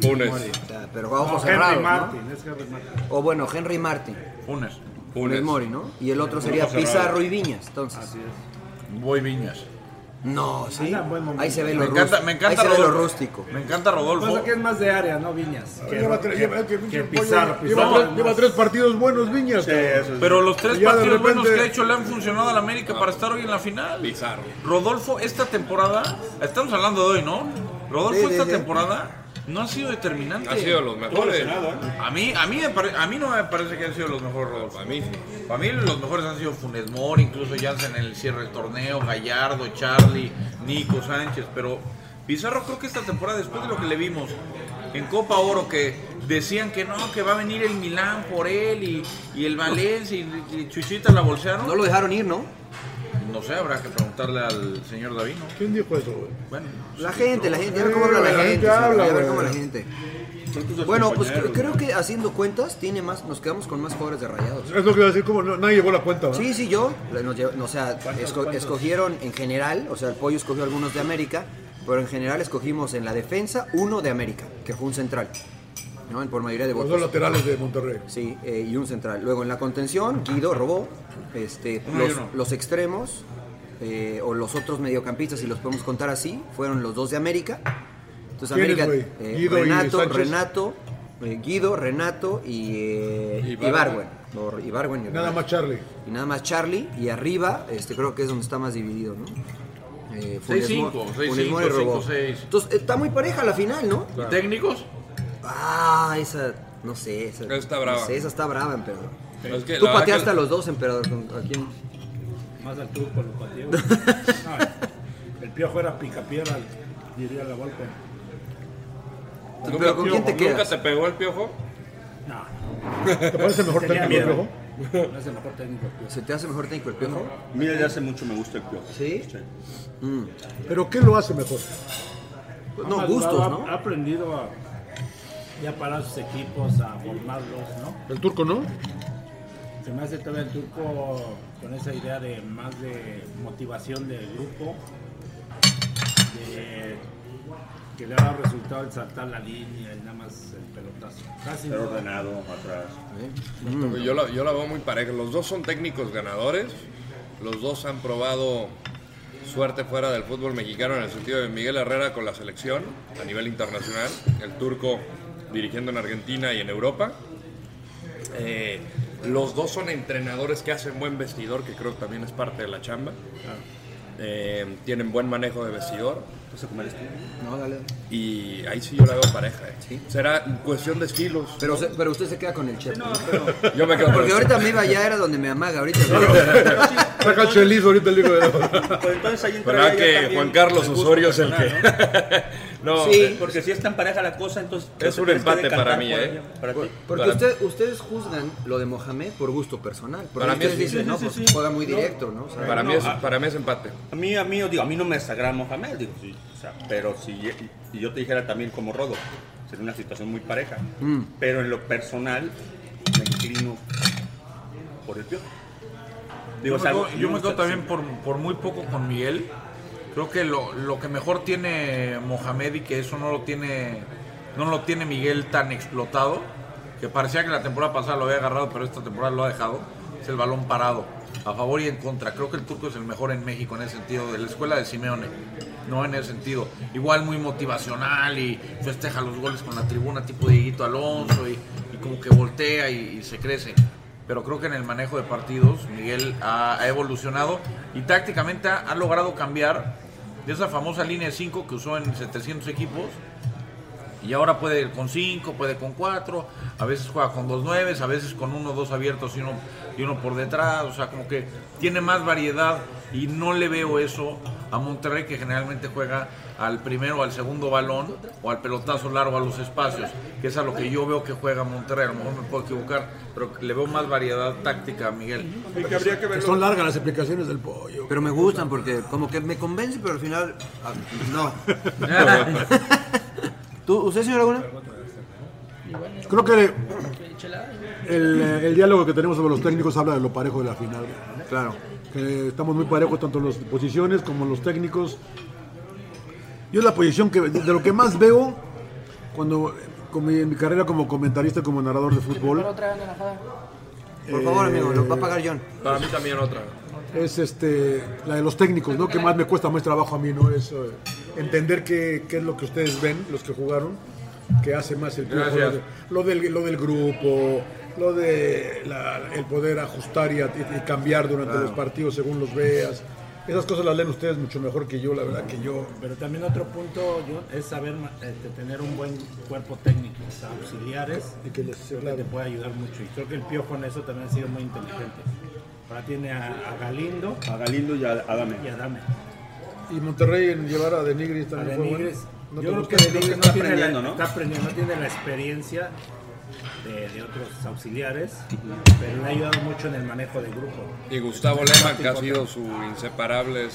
Funes. O sea, pero a ojos No, Henry cerrados, ¿no? Martin, es Henry Martin. O bueno, Henry Martin. Funes. Funes Mori, ¿no? Y el otro sería Ojos cerrados. Pizarro y Viñas, entonces. Voy Viñas. No, sí. Anda, buen momento. Ahí se ve lo Me encanta, rústico. me encanta Ahí se ve lo Rodolfo. rústico. Me encanta Rodolfo. Pasa que es más de área, ¿no? Viñas. Que, Lleva que- tres, lleva- que- que que- Pizarro, lleva Pizarro. tres- lleva tres partidos buenos, Viñas. cabrón. Pero los tres Y ya de partidos buenos que repente- ha hecho le han funcionado a la América para estar hoy en la final. Pizarro. Rodolfo, esta temporada, estamos hablando de hoy, ¿no? Rodolfo, Sí, sí, esta sí. temporada no ha sido determinante. Ha sido los mejores. Estuvo lesionado, ¿eh? A mí, a, mí me pare- a mí no me parece que han sido los mejores, Rodolfo. A mí Para mí los mejores han sido Funes Mori, incluso Jansen en el cierre del torneo, Gallardo, Charlie, Nico Sánchez. Pero Pizarro creo que esta temporada, después de lo que le vimos en Copa Oro, que decían que no, que va a venir el Milán por él y, y el Valencia y, y Chuchita la bolsearon. No lo dejaron ir, ¿no? No sé, habrá que preguntarle al señor Davino. ¿Quién dijo eso, güey? Bueno, La gente, la gente, a ver cómo habla la La gente gente. señor, habla, a ver güey. cómo la gente. tus Bueno, pues compañeros, cre- creo que haciendo cuentas tiene más, nos quedamos con más jugadores de rayados. Es lo que iba a decir, como no- nadie llevó la cuenta, ¿verdad? Sí, sí, yo. la- nos llevo- o sea, esco- cuántos? escogieron en general, o sea, el pollo escogió algunos de América, pero en general escogimos en la defensa uno de América, que fue un central. ¿no? Por mayoría de Los votos. dos laterales de Monterrey. Sí, eh, y un central. Luego en la contención, Guido robó. Este, Uno y los, uno. los extremos, eh, o los otros mediocampistas, si los podemos contar así, fueron los dos de América. Entonces ¿Quiénes, América, güey? eh, Guido y Renato, Sánchez. Renato, eh, Guido, Renato y eh, Ibarwen. Ibargüen. O Ibargüen y Nada Renato. más Charlie. Y nada más Charlie, y arriba, este creo que es donde está más dividido, ¿no? Eh, Funes Mo- Seis-cinco, seis-cinco, Funes Mori robó. cinco-seis. Entonces, está muy pareja la final, ¿no? ¿Y técnicos? Ah, esa, no sé. Esa, está brava. no sé, esa está brava, emperador. Sí. Es que Tú la verdad pateaste que- a los dos, emperador. ¿con- ¿A quién? Más al turco lo pateó. No, el piojo era picapiedra, diría la golpe. ¿Nunca, Piojo? ¿Nunca quedas? te pegó el piojo? No. ¿Te parece mejor Tenía técnico el miedo. Piojo? No es el mejor técnico el piojo. ¿Se te hace mejor técnico el piojo? Mira, desde hace mucho me gusta el piojo. ¿Sí? ¿Pero qué lo hace mejor? Ha no, madurado, gustos, ha- ¿no? Ha aprendido a, ya parar sus equipos, a formarlos, ¿no? El turco, ¿no? Se me hace todavía el turco con esa idea de más de motivación del grupo, de que le ha dado resultado el saltar la línea y nada más el pelotazo. Casi Pero no. ordenado, atrás. Yo la, yo la veo muy pareja. Los dos son técnicos ganadores. Los dos han probado suerte fuera del fútbol mexicano en el sentido de Miguel Herrera con la selección a nivel internacional. El turco dirigiendo en Argentina y en Europa. Eh, los dos son entrenadores que hacen buen vestidor, que creo que también es parte de la chamba. Ah. Eh, tienen buen manejo de vestidor. Pues No, dale. Y ahí sí yo la veo pareja. eh. Será cuestión de estilos. Pero, se- pero usted se queda con el chef. No, pero... Yo me quedo con Porque el ahorita chef. me iba ya era donde me amaga ahorita. Saca el cheliz ahorita el hijo de la... Pues entonces ahí entra ¿Verdad ya ah, que también Juan Carlos el gusto Osorio es el personal, ¿no? ¿no? No, sí, eh, porque si es tan pareja la cosa, entonces. Es te un tienes que empate decantar para mí, por ¿eh? ello, Para ti. Porque usted- ustedes juzgan lo de Mohamed por gusto personal. Porque Para mí ustedes es- dicen, sí, no, sí, pues sí, sí. juega muy No. directo, ¿no? O sea, Para no, ah. mí es- a- para mí es empate. A mí, a mí, yo digo, a mí no me desagrada Mohamed, digo, sí, o sea, pero si, si yo te dijera también como Rodo, sería una situación muy pareja. Mm. Pero en lo personal, me inclino por el piojo. Digo, yo, es me algo quedo, que yo me me quedo gusta, también por, por muy poco con Miguel. Creo que lo, lo que mejor tiene Mohamed y que eso no lo tiene no lo tiene Miguel tan explotado, que parecía que la temporada pasada lo había agarrado, pero esta temporada lo ha dejado, es el balón parado, a favor y en contra. Creo que el turco es el mejor en México en ese sentido, de la escuela de Simeone, no en ese sentido. Igual muy motivacional y festeja los goles con la tribuna tipo Dieguito Alonso y, y como que voltea y- y se crece pero creo que en el manejo de partidos Miguel ha, ha evolucionado y tácticamente ha, ha logrado cambiar de esa famosa línea de 5 que usó en 700 equipos Y ahora puede ir con cinco, puede con cuatro, a veces juega con dos nueves, a veces con uno, dos abiertos y uno, y uno por detrás. O sea, como que tiene más variedad y no le veo eso a Monterrey que generalmente juega al primero, al segundo balón o al pelotazo largo a los espacios, que es a lo que yo veo que juega Monterrey. A lo mejor me puedo equivocar, pero le veo más variedad táctica a Miguel. Que son largas las explicaciones del pollo. Pero me gustan porque como que me convence, pero al final ah, no. ¿Tú, ¿Usted, señor Laguna? Creo que el, el diálogo que tenemos sobre los técnicos habla de lo parejo de la final. Claro. Que estamos muy parejos tanto en las posiciones como en los técnicos. Yo la posición que de lo que más veo cuando con mi, en mi carrera como comentarista como narrador de fútbol Por favor, amigo, lo va a pagar John. Para mí también otra. es este la de los técnicos, ¿no? Que más me cuesta más trabajo a mí, ¿no? Es eh, entender qué, qué es lo que ustedes ven, los que jugaron, que hace más el club. Gracias. Lo, de- lo del, lo del grupo, lo de la- el poder ajustar y, a- y cambiar durante Claro. los partidos según los veas. Esas cosas las leen ustedes mucho mejor que yo, la verdad que yo. Pero también otro punto John, es saber ma- este, tener un buen cuerpo técnico, o sea, auxiliares, que, te puede ayudar mucho. Y creo que el Piojo en eso también ha sido muy inteligente. Ahora tiene a, a Galindo. A Galindo y a Adame. Y a Adame. Y Monterrey en llevar a Denigris A también. fue bueno. Denigres, ¿No te yo creo gusta? que Denigres no tiene la, está aprendiendo, no tiene la experiencia de, de otros auxiliares, pero le ha ayudado mucho en el manejo de grupo. Y Gustavo Lema, que ha sido su inseparable.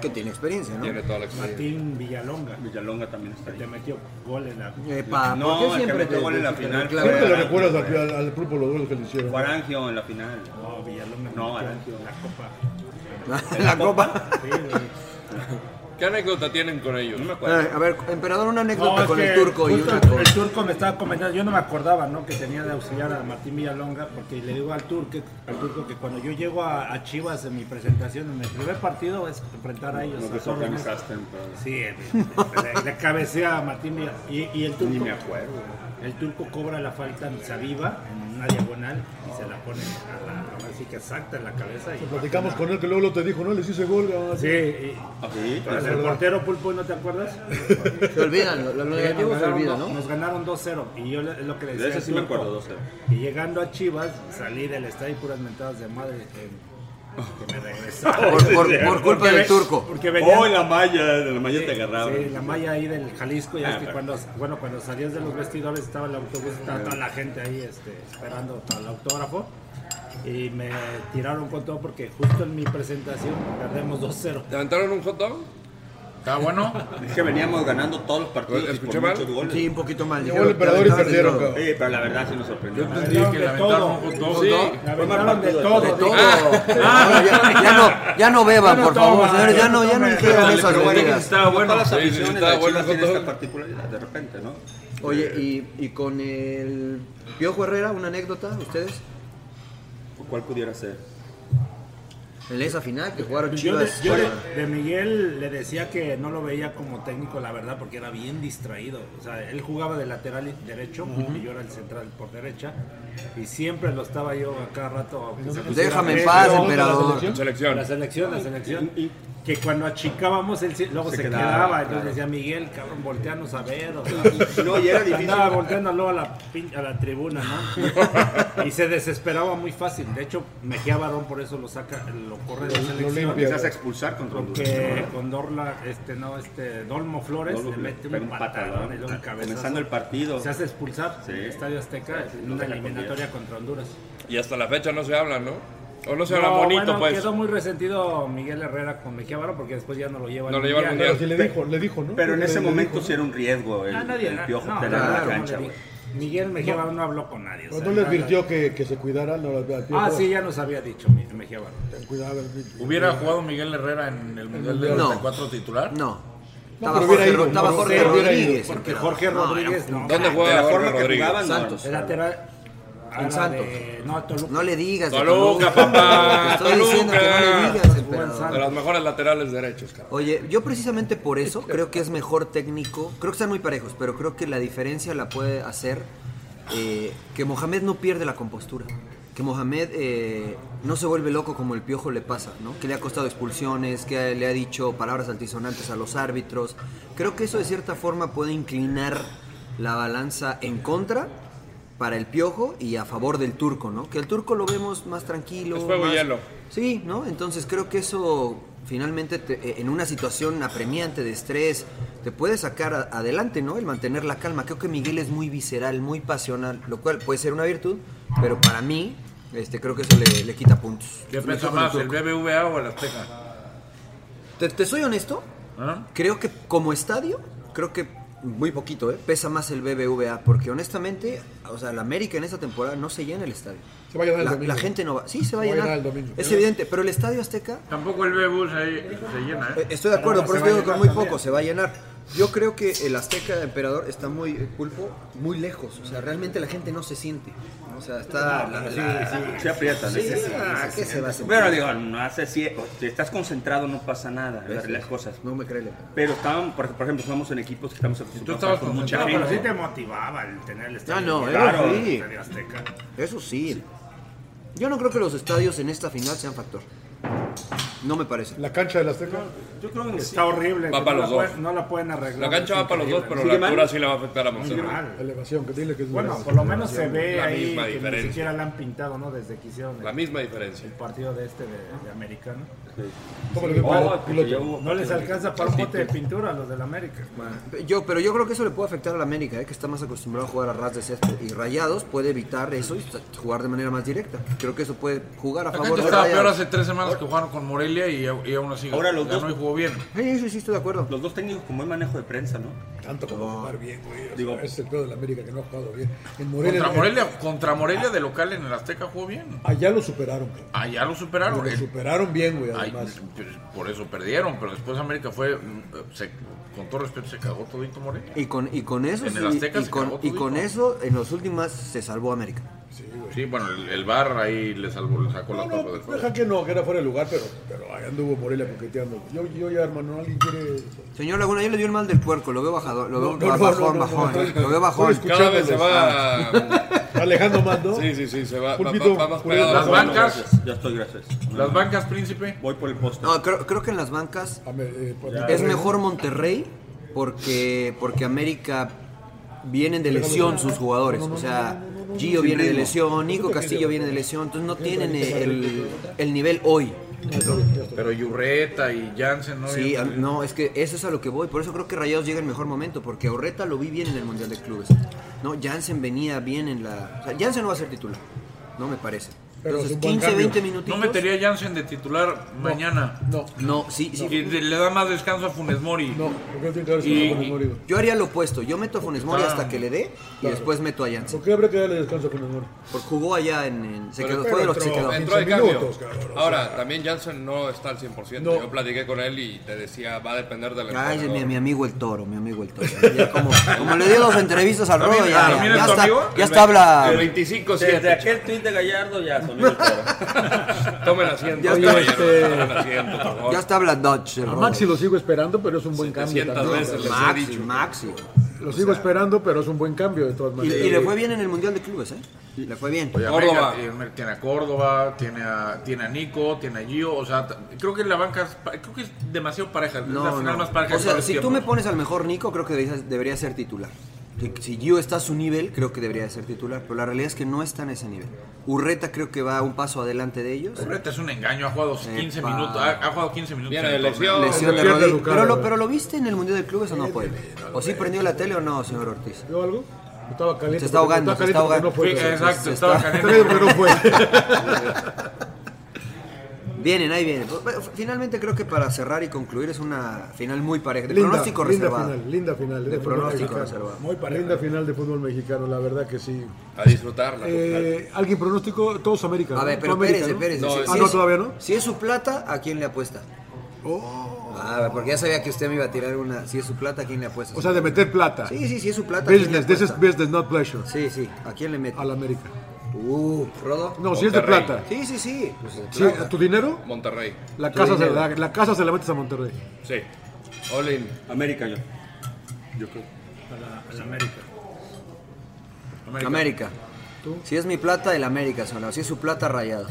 que tiene experiencia, ¿no? Tiene toda la experiencia. Martín Villalonga. Villalonga también está ahí. Te metió gol en la Epa, ¿por No, qué el que siempre metió te- gol en la te- final. te- fue Siempre le Arangio. recuerdas al, al, al grupo los goles que le hicieron. Fue Arangio en la final. No, Villalonga. No, Arangio. La copa. ¿En la copa? ¿Qué anécdota tienen con ellos? Eh, A ver, emperador, una anécdota No, es con que el turco y justo una con... El turco me estaba comentando, yo no me acordaba, ¿no? Que tenía de auxiliar a Martín Villalonga, porque le digo al turco, al turco que cuando yo llego a, a Chivas en mi presentación, en el primer partido es enfrentar a ellos. Lo a que todos, se ¿no? organizaste, emperador. Sí, eh, le, le cabecea a Martín Villa- y, y el turco. Ni me acuerdo. El turco cobra la falta en Sabiva en una diagonal y se la pone a la, ahora sí que exacta en la cabeza. Y Lo platicamos con él que luego lo te dijo, ¿no? Les hice gol. ah, Sí, y- Tras el portero Pulpo, ¿no te acuerdas? Se olvidan, lo- lo Sí, negativo nos se ganaron olvida, dos- ¿no? Nos ganaron 2-0 y yo le- es lo que le De decía. ese al sí me turco. acuerdo, 2-0. Y llegando a Chivas, salí del estadio y puras mentadas de madre. que- que me regresaron. Por- por- por culpa Porque del ve- turco. Porque venía. Oh, en la malla, en la malla te agarraban. Sí, en la malla ahí del Jalisco. Ya Ah, es que claro. Ah. cuando, bueno, cuando salías de los vestidores estaba el autobús, estaba toda la gente ahí este, esperando al autógrafo. Y me tiraron con todo porque justo en mi presentación perdemos 2-0. ¿Levantaron un hot dog? ¿Está bueno? Es que veníamos ganando todos los partidos y ¿Escuché por mal? muchos goles. Sí, un poquito mal. Sí, Llegó el emperador y perdieron, cabrón. pero la verdad sí nos sorprendió. Yo entendí que lamentaron un hot dog. Sí, lamentaron de todo. De todo. Ahora ya, ya no, ya no beban, por favor, señores. Ya no, ya no ingiran esas huelgas. Estaba bueno. Todas las Sí, sí, aficiones estaba de bueno Chivas el tienen hot esta dog. particularidad de repente, ¿no? Oye, y, y con el Piojo Herrera, una anécdota, ustedes, ¿Cuál pudiera ser? en esa final que jugaron Yo, de, Chivas. yo de- de Miguel le decía que no lo veía como técnico, la verdad, porque era bien distraído. O sea, él jugaba de lateral y- derecho Ujú. y yo era el central por derecha. Y siempre lo estaba yo a cada rato. que se Pues pusiera déjame en fresco. paz, emperador. La selección. La selección, la selección. que cuando achicábamos, él sí- luego se, quedaba. Entonces claro. decía, Miguel, cabrón, volteanos a ver. sea, O No, y era difícil. Andaba volteando luego a la, pin- a la tribuna, ¿no? y se desesperaba muy fácil. De hecho, Mejía Barón por eso lo saca, lo corre de la Lo selección. limpia. Se hace expulsar contra Porque Honduras. con Dorla, este, no, este, Dolmo Flores Dolmo le Flores, mete pega un un patadón patadón, ah, y luego un cabezazo. comenzando el partido. Se hace expulsar Sí. en el Estadio Azteca Sí, en lo una deja con eliminatoria diez. contra Honduras. Y hasta la fecha no se hablan, ¿no? O no se hablan bonito, bueno, pues. Quedó muy resentido Miguel Herrera con Mejía Barón porque después ya no lo lleva No al lo lleva al Mundial. Mundial. Pero Le dijo, le dijo, ¿no? Pero en Le- ese le momento dijo, sí era un riesgo el, Ah, nadie, el na- piojo no, tener en la claro, cancha, no le güey. dijo. Miguel Mejía Barón no habló con nadie. o No, sea, Pues no le nada. advirtió que, que se cuidara. No, al- al piojo. Ah, sí, ya nos había dicho Mi- Mejía Barón. Cuidado, al- ¿Hubiera jugado Miguel Herrera en el Mundial del No. 94 titular? No. Estaba Jorge Ro- estaba Jorge Rodríguez, Porque emperador. Jorge No, Rodríguez era un- no. ¿Dónde jugaba De la Jorge forma que Rodríguez? jugaban, no. Santos. El lateral. En era Santos. de- no, Toluca. No le digas. de Toluca, Te papá. Estoy diciendo que no le Toluca. digas, emperador. De las mejores laterales derechos, cabrón. Oye, yo precisamente por eso creo que es mejor técnico. Creo que están muy parejos, pero creo que la diferencia la puede hacer eh, que Mohamed no pierde la compostura. Que Mohamed eh, no se vuelve loco como el piojo le pasa, ¿no? Que le ha costado expulsiones, que le ha dicho palabras altisonantes a los árbitros. Creo que eso de cierta forma puede inclinar la balanza en contra para el piojo y a favor del turco, ¿no? Que el turco lo vemos más tranquilo. Es fuego y más- hielo. Sí, ¿no? Entonces creo que eso finalmente te- eh, en una situación apremiante de estrés te puede sacar a- adelante, ¿no? El mantener la calma. Creo que Miguel es muy visceral, muy pasional, lo cual puede ser una virtud, pero para mí este, creo que eso le, le quita puntos. ¿Qué Me pesa quedo con el más, el turco. BBVA o el Azteca? ¿Ah? ¿Te, te soy honesto? Creo que como estadio, creo que muy poquito, ¿eh? Pesa más el BBVA, porque honestamente, o sea, la América en esta temporada no se llena el estadio. Se va a llenar el la, domingo. la gente no va. Sí, se va a Se va a llenar. llenar el domingo. Es evidente, pero el estadio Azteca. Tampoco el BBVA se, se llena, ¿eh? Estoy de acuerdo, Pero por se eso va a digo que llenar muy también. poco se va a llenar. Yo creo que el Azteca Emperador está muy, eh, pulpo, muy lejos. O sea, realmente la gente no se siente. O sea, está. No, la- pero la- sí, sí, se aprietan. Sí, ese sí, ah, ese ¿qué sí. se va a sentir? Bueno, digo, no hace si si estás concentrado no pasa nada, Ves, las cosas. No me creen. Pero estábamos, por, por ejemplo, estamos en equipos que estamos acostumbrados a estabas estar con mucha concentrado, gente. pero sí te motivaba el tener el estadio. Ah, no, eso Claro, sí. el Estadio Azteca. Eso sí. Yo no creo que los estadios en esta final sean factor. No me parece. ¿La cancha del Azteca? Yo creo que está horrible. Va que para no los la dos. pueden- no la pueden arreglar. La cancha es va para los dos, increíble. pero ¿Sigue la mal? altura sí la va a afectar a Sigue Monterrey. mal. Elevación, que dile que es Bueno, una por lo menos se ve La ahí misma que diferencia. ni siquiera la han pintado, ¿no? Desde que hicieron La el, misma diferencia. el partido de este de, de americano. ¿Cómo Sí. le- Oh, cómo le- yo- no les alcanza para un bote de pintura a los del América. Yo, pero yo creo que eso le puede afectar a la América, ¿eh? que está más acostumbrado a jugar a ras de césped y rayados puede evitar eso y t- jugar de manera más directa. Creo que eso puede jugar a La favor cancha de estaba peor rayados. hace tres semanas que jugaron con Morelia y, y aún así Ahora los ganó dos- y jugó bien. Sí, sí, sí, estoy de acuerdo. Los dos técnicos con buen manejo de prensa, ¿no? Tanto como jugar bien, güey. o sea, Digo- es el pedo de la América que no ha jugado bien. En Morelia, eh, Contra Morelia, contra Morelia de local en el Azteca jugó bien. allá lo superaron, cabrón. Allá lo superaron. Lo El- superaron bien, güey, Ay, además. pues, por eso perdieron, pero después América fue, mm, se- con todo respeto, se cagó todito Morelia. Y con, y con eso En el sí, Azteca y, se con, cagó y todito. con eso en los últimas se salvó América. Sí, bueno, el, el bar ahí le salvó, le sacó la No, tapa del no, fuego. deja que no, que era fuera de lugar, pero, pero ahí anduvo Morelia coqueteando. Yo, yo ya, hermano, alguien quiere... Señor Laguna, yo le dio el mal del puerco, lo veo bajado, lo veo No, no, no, bajón, no, no, bajón, no, ¿eh? no, lo veo no, bajón. estoy Cada vez se va. Alejando más, ¿no? Sí, sí, sí, se va. va- Pulpito, va- va más Julián, pegado las al balón. bancas. Gracias, Ya estoy, gracias. Las bancas, príncipe. Voy por el poste. No, creo, creo que en las bancas eh, Ya. es mejor Monterrey porque, porque América vienen de lesión sus jugadores. O sea, Gio Sin viene de ritmo. lesión, Nico Castillo viene de lesión, entonces no tienen el, el nivel hoy. Pero Yurreta y Jansen, ¿no? Sí, Ya- a- no, es que eso es a lo que voy. Por eso creo que Rayados llega en mejor momento, porque a Urreta lo vi bien en el Mundial de Clubes. No, Jansen venía bien en la. O sea, Jansen no va a ser titular, no me parece. Pero es Entonces, un buen 15, cambio. 20 minutos. No metería a Jansen de titular mañana. No. No, sí, sí. Y le le da más descanso a Funes Mori. No, porque tiene que haber y, sido Funes Mori, güey. Yo haría lo opuesto. Yo meto a Funes Mori Ah. hasta que le dé y Claro. después meto a Jansen. ¿Por qué habrá que darle descanso con Mori? Porque jugó allá en. en- se Pero- quedó, pero fue de los que se entró, quedó. entró de 15 cambio. minutos, cabrón, o Ahora, sea. también Janssen no está al 100%. Yo platiqué con él y te decía, va a depender del Ay, entrenador. mi, mi amigo el toro, mi amigo el toro. Ya como, como le dio dos entrevistas al Rodo, ya, ya, ¿También es ya tu está, amigo? ya está habla. El 25 siete. Desde aquel tweet de Gallardo ya son el toro. Tomen asiento. Ya Oye, está. este, caballero, tomen asiento, por favor. Ya está habla Dodge. el A Rodo. Maxi lo sigo esperando, pero es un buen cambio. 700 también. veces les he Maxi, Maxi. Lo sigo esperando, pero es un buen cambio de todas Y, maneras. y le fue bien en el Mundial de Clubes, ¿eh? Le fue bien. Oye, América tiene- tiene a Córdoba, tiene a, tiene a Nico, tiene a Gio. O sea, t- creo que la banca es, pa- creo que es demasiado pareja. es la No, final no. más pareja O de sea, todos si tú los me tiempos. pones al mejor Nico, creo que debería, debería ser titular. Si- Si Gio está a su nivel, creo que debería ser titular. Pero la realidad es que no está en ese nivel. Urreta creo que va un paso adelante de ellos. Urreta es un engaño, ha jugado 15 Epa. minutos. Ha, ha jugado 15 minutos. Viene en el de lesión. torneo. Lesión de Pierde rodilla. Lucado, Pero lo, güey. pero lo viste en el Mundial de Clubes o no fue. ¿O sí prendió la tele o no, señor Ortiz? ¿Vio algo? Estaba caliente. Se está ahogando, se está ahogando. porque Sí, No fue, se- se Pues, estaba está- caliente porque no fue. Vienen, ahí vienen. Bueno, Finalmente creo que para cerrar y concluir es una final muy pareja. De Linda, pronóstico linda reservado. Final, linda final. De fútbol pronóstico mexicano. reservado. Muy pareja. Linda final de fútbol mexicano, la verdad que sí. A disfrutarla. Eh, ¿Alguien pronóstico? Todos América. A ¿no? ver, Todo pero América, espérese, ¿no? espérese. Ah, Si no, es- todavía no. Si es su plata, ¿a quién le apuesta? Ah, porque ya sabía que usted me iba a tirar una. Si es su plata, ¿a quién le apuesta? O sea, de meter plata. Sí, sí, sí, es su plata. ¿a quién le Business, this is apuesta? business, not pleasure. Sí, sí. ¿A quién le mete? Al América. Uh, Rodo. No, si es de Monterrey. plata. Sí, sí, sí. pues, de Sí, plata. ¿Tu dinero? Monterrey. La Tu casa, se la, dinero. da- la casa se la metes a Monterrey. Sí. All in. América yo. Yo creo. América. América. Si es mi plata, el América, señor. Si es su plata, rayados.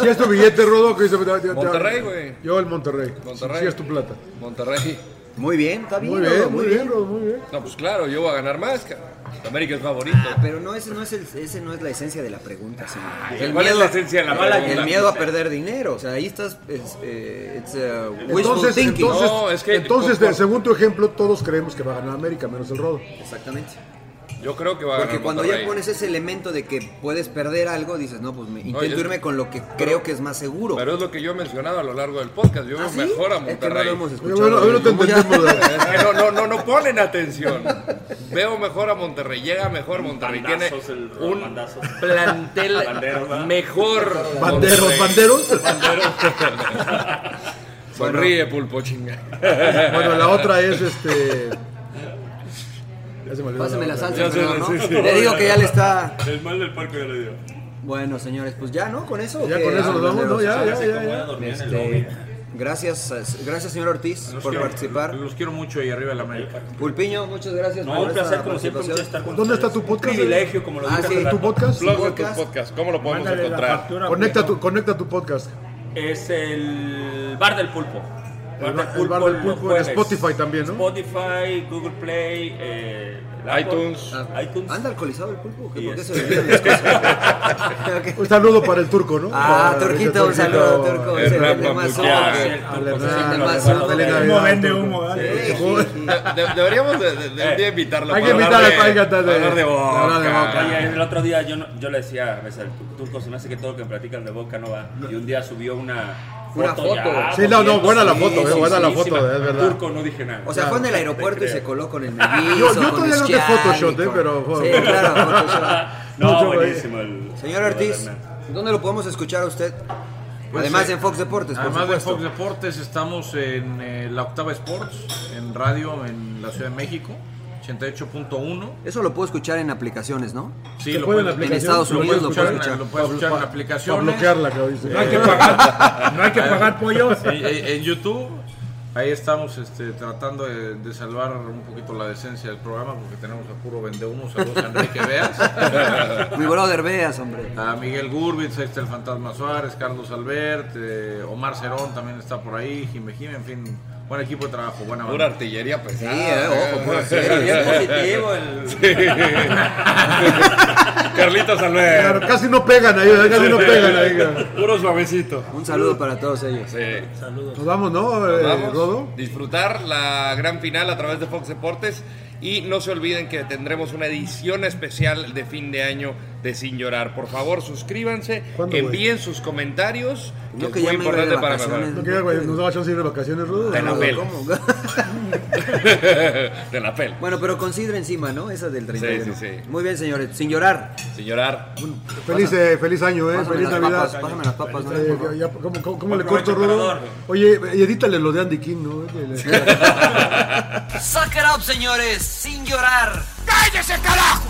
Si es tu billete rodo, que dice. te- te- te- Monterrey, güey. Yo el Monterrey. Monterrey. Si es tu plata. Monterrey. Muy bien, está bien. Muy bien, Rodo, muy bien, Rodo, muy bien. No, pues claro, yo voy a ganar más, cabrón. América es favorito. Pero no, ese no es, el- ese no es la esencia de la pregunta, señor. ¿Cuál es la esencia de la no, pregunta? El miedo a perder dinero. O sea, ahí estás. es, eh, it's, uh, wishful Entonces, thinking. entonces, entonces de- según tu ejemplo, todos creemos que va a ganar América, menos el Rodo. Exactamente. Yo creo que va a Porque ganar cuando Monterrey. ya pones ese elemento de que puedes perder algo, dices, no, pues me intento Oye, irme con lo que creo que es más seguro. Pero es lo que yo he mencionado a lo largo del podcast. Yo veo ¿Ah, sí? mejor a Es que no Monterrey. lo hemos escuchado. Oye, bueno, hoy no te ¿Cómo ya? entendemos, Es que no, no, no, no ponen atención. Veo mejor a Monterrey. Llega mejor Monterrey. Tiene Bandazos, el- un bandazos. plantel Banderos, ¿verdad? mejor. Banderos, Monterrey. banderos. Sonríe, pulpo chinga. Bueno, la otra es este. Ya se me olvidó Pásame la otra. salsa, perdón, ¿no? Le digo que ya le está. El mal del parque ya le dio. Bueno, señores, pues ya, ¿no? Con eso. ¿o Ya qué? con eso Ah, nos vamos, ¿no? Ya, ya, ya, ya. Este, Este, Gracias, gracias señor Ortiz por quiero- participar. Los quiero mucho y arriba el América. Pulpiño, muchas gracias No, por un placer, esta como siempre, participación. mucho estar con ¿Dónde está tu podcast? privilegio, como lo Ah, dije sí. hace rato. ¿Tu podcast? Blog de tu podcast. ¿Cómo lo podemos Mándale la encontrar? factura, Conecta tu, conecta tu podcast. Es el bar del pulpo. El Bar- el Bar del los Pulpo en jueves. Spotify también, ¿no? Spotify, Google Play, eh, el Apple, Ah, iTunes. iTunes. ¿Anda alcoholizado el pulpo? ¿Qué, Y ¿Por qué se este- le olvidan las cosas? Un saludo para el turco, ¿no? Ah, Para ese Turquito, un saludo, Turco. Es el Hernán de más Pambuquiá. humo, que- Al el Hernán, de más al Hernán, humo. feliz Humo Navidad, vende Turco. humo, dale. ¿eh? Sí, Sí, sí. De- de- deberíamos de, de- de- un día invitarlo. Hay para que hablar invitarlo, hay que invitarlo. para hablar de boca. Hablar de boca. Oye, el otro día yo, no- yo le decía a veces al tu- turco, se me hace que todo lo que platican de boca no va. Y un día subió una foto. Una foto. ya, Sí, no, no, buena la sí, foto, eh, sí, buena la sí, foto, sí, ma- es verdad. Turco no dije nada. O sea, fue en el aeropuerto y se coló con el mellizo. Yo- yo con todavía no te Schiavi, photoshopeé, con- pero, Sí, joder. claro, Photoshop. No, No, yo- buenísimo. El, Señor Ortiz, ¿dónde lo podemos escuchar a usted? Pues, Además eh, en Fox Deportes, por Además de supuesto. Fox Deportes, estamos en eh, la Octava Sports, en radio en la Ciudad de México, 88.1. Eso lo puedo escuchar en aplicaciones, ¿no? Sí, lo pueden en Estados Unidos lo puedes pueden escuchar. Lo puedes escuchar en aplicaciones. pa' bloquearla, que dice. No hay que pagar, no hay que pagar pollos. En, en- en YouTube, ahí estamos este, tratando de, de salvar un poquito la decencia del programa porque tenemos a puro vendeuno. Saludos a Enrique Veas. Mi brother, veas, hombre. A Miguel Gurbitz, ahí está el Fantasma Suárez, Carlos Albert, eh, Omar Cerón también está por ahí, Jime Jime, en fin, buen equipo de trabajo, buena Pura banda. artillería pesada. Sí, eh, ojo, pura serie. Bien positivo el- Sí. Carlitos Alver. Claro, casi no pegan ahí, casi no pegan ahí. cara. Puro suavecito. Un saludo para todos ellos. Sí. Nos vamos, ¿no, Nos eh, vamos. Rodo? Disfrutar la gran final a través de Fox Deportes. Y no se olviden que tendremos una edición especial de fin de año de Sin Llorar. Por favor, suscríbanse, ¿Cuándo, güey? envíen sus comentarios, que No, es que muy ya me iba de importante para vacaciones. ¿No mejorar. queda, güey? ¿Nos daba chance de ir de vacaciones, Rodo? Te la Rodo, pelo. ¿cómo? de la pel. Bueno, pero considera encima, ¿no? Esa del 31. sí, sí. Muy bien, señores. Sin llorar. Sin Llorar. Feliz, eh, feliz año, ¿eh? Pásame Feliz las Navidad. papas, pásame las papas, Eh, no, por favor. ya- ¿Cómo, cómo- cómo le Aprovecha, corto, Rodo? emperador. Oye, eh, edítale lo de Andy King, ¿no? Suck it up, señores, sin llorar. ¡Cállese, carajo!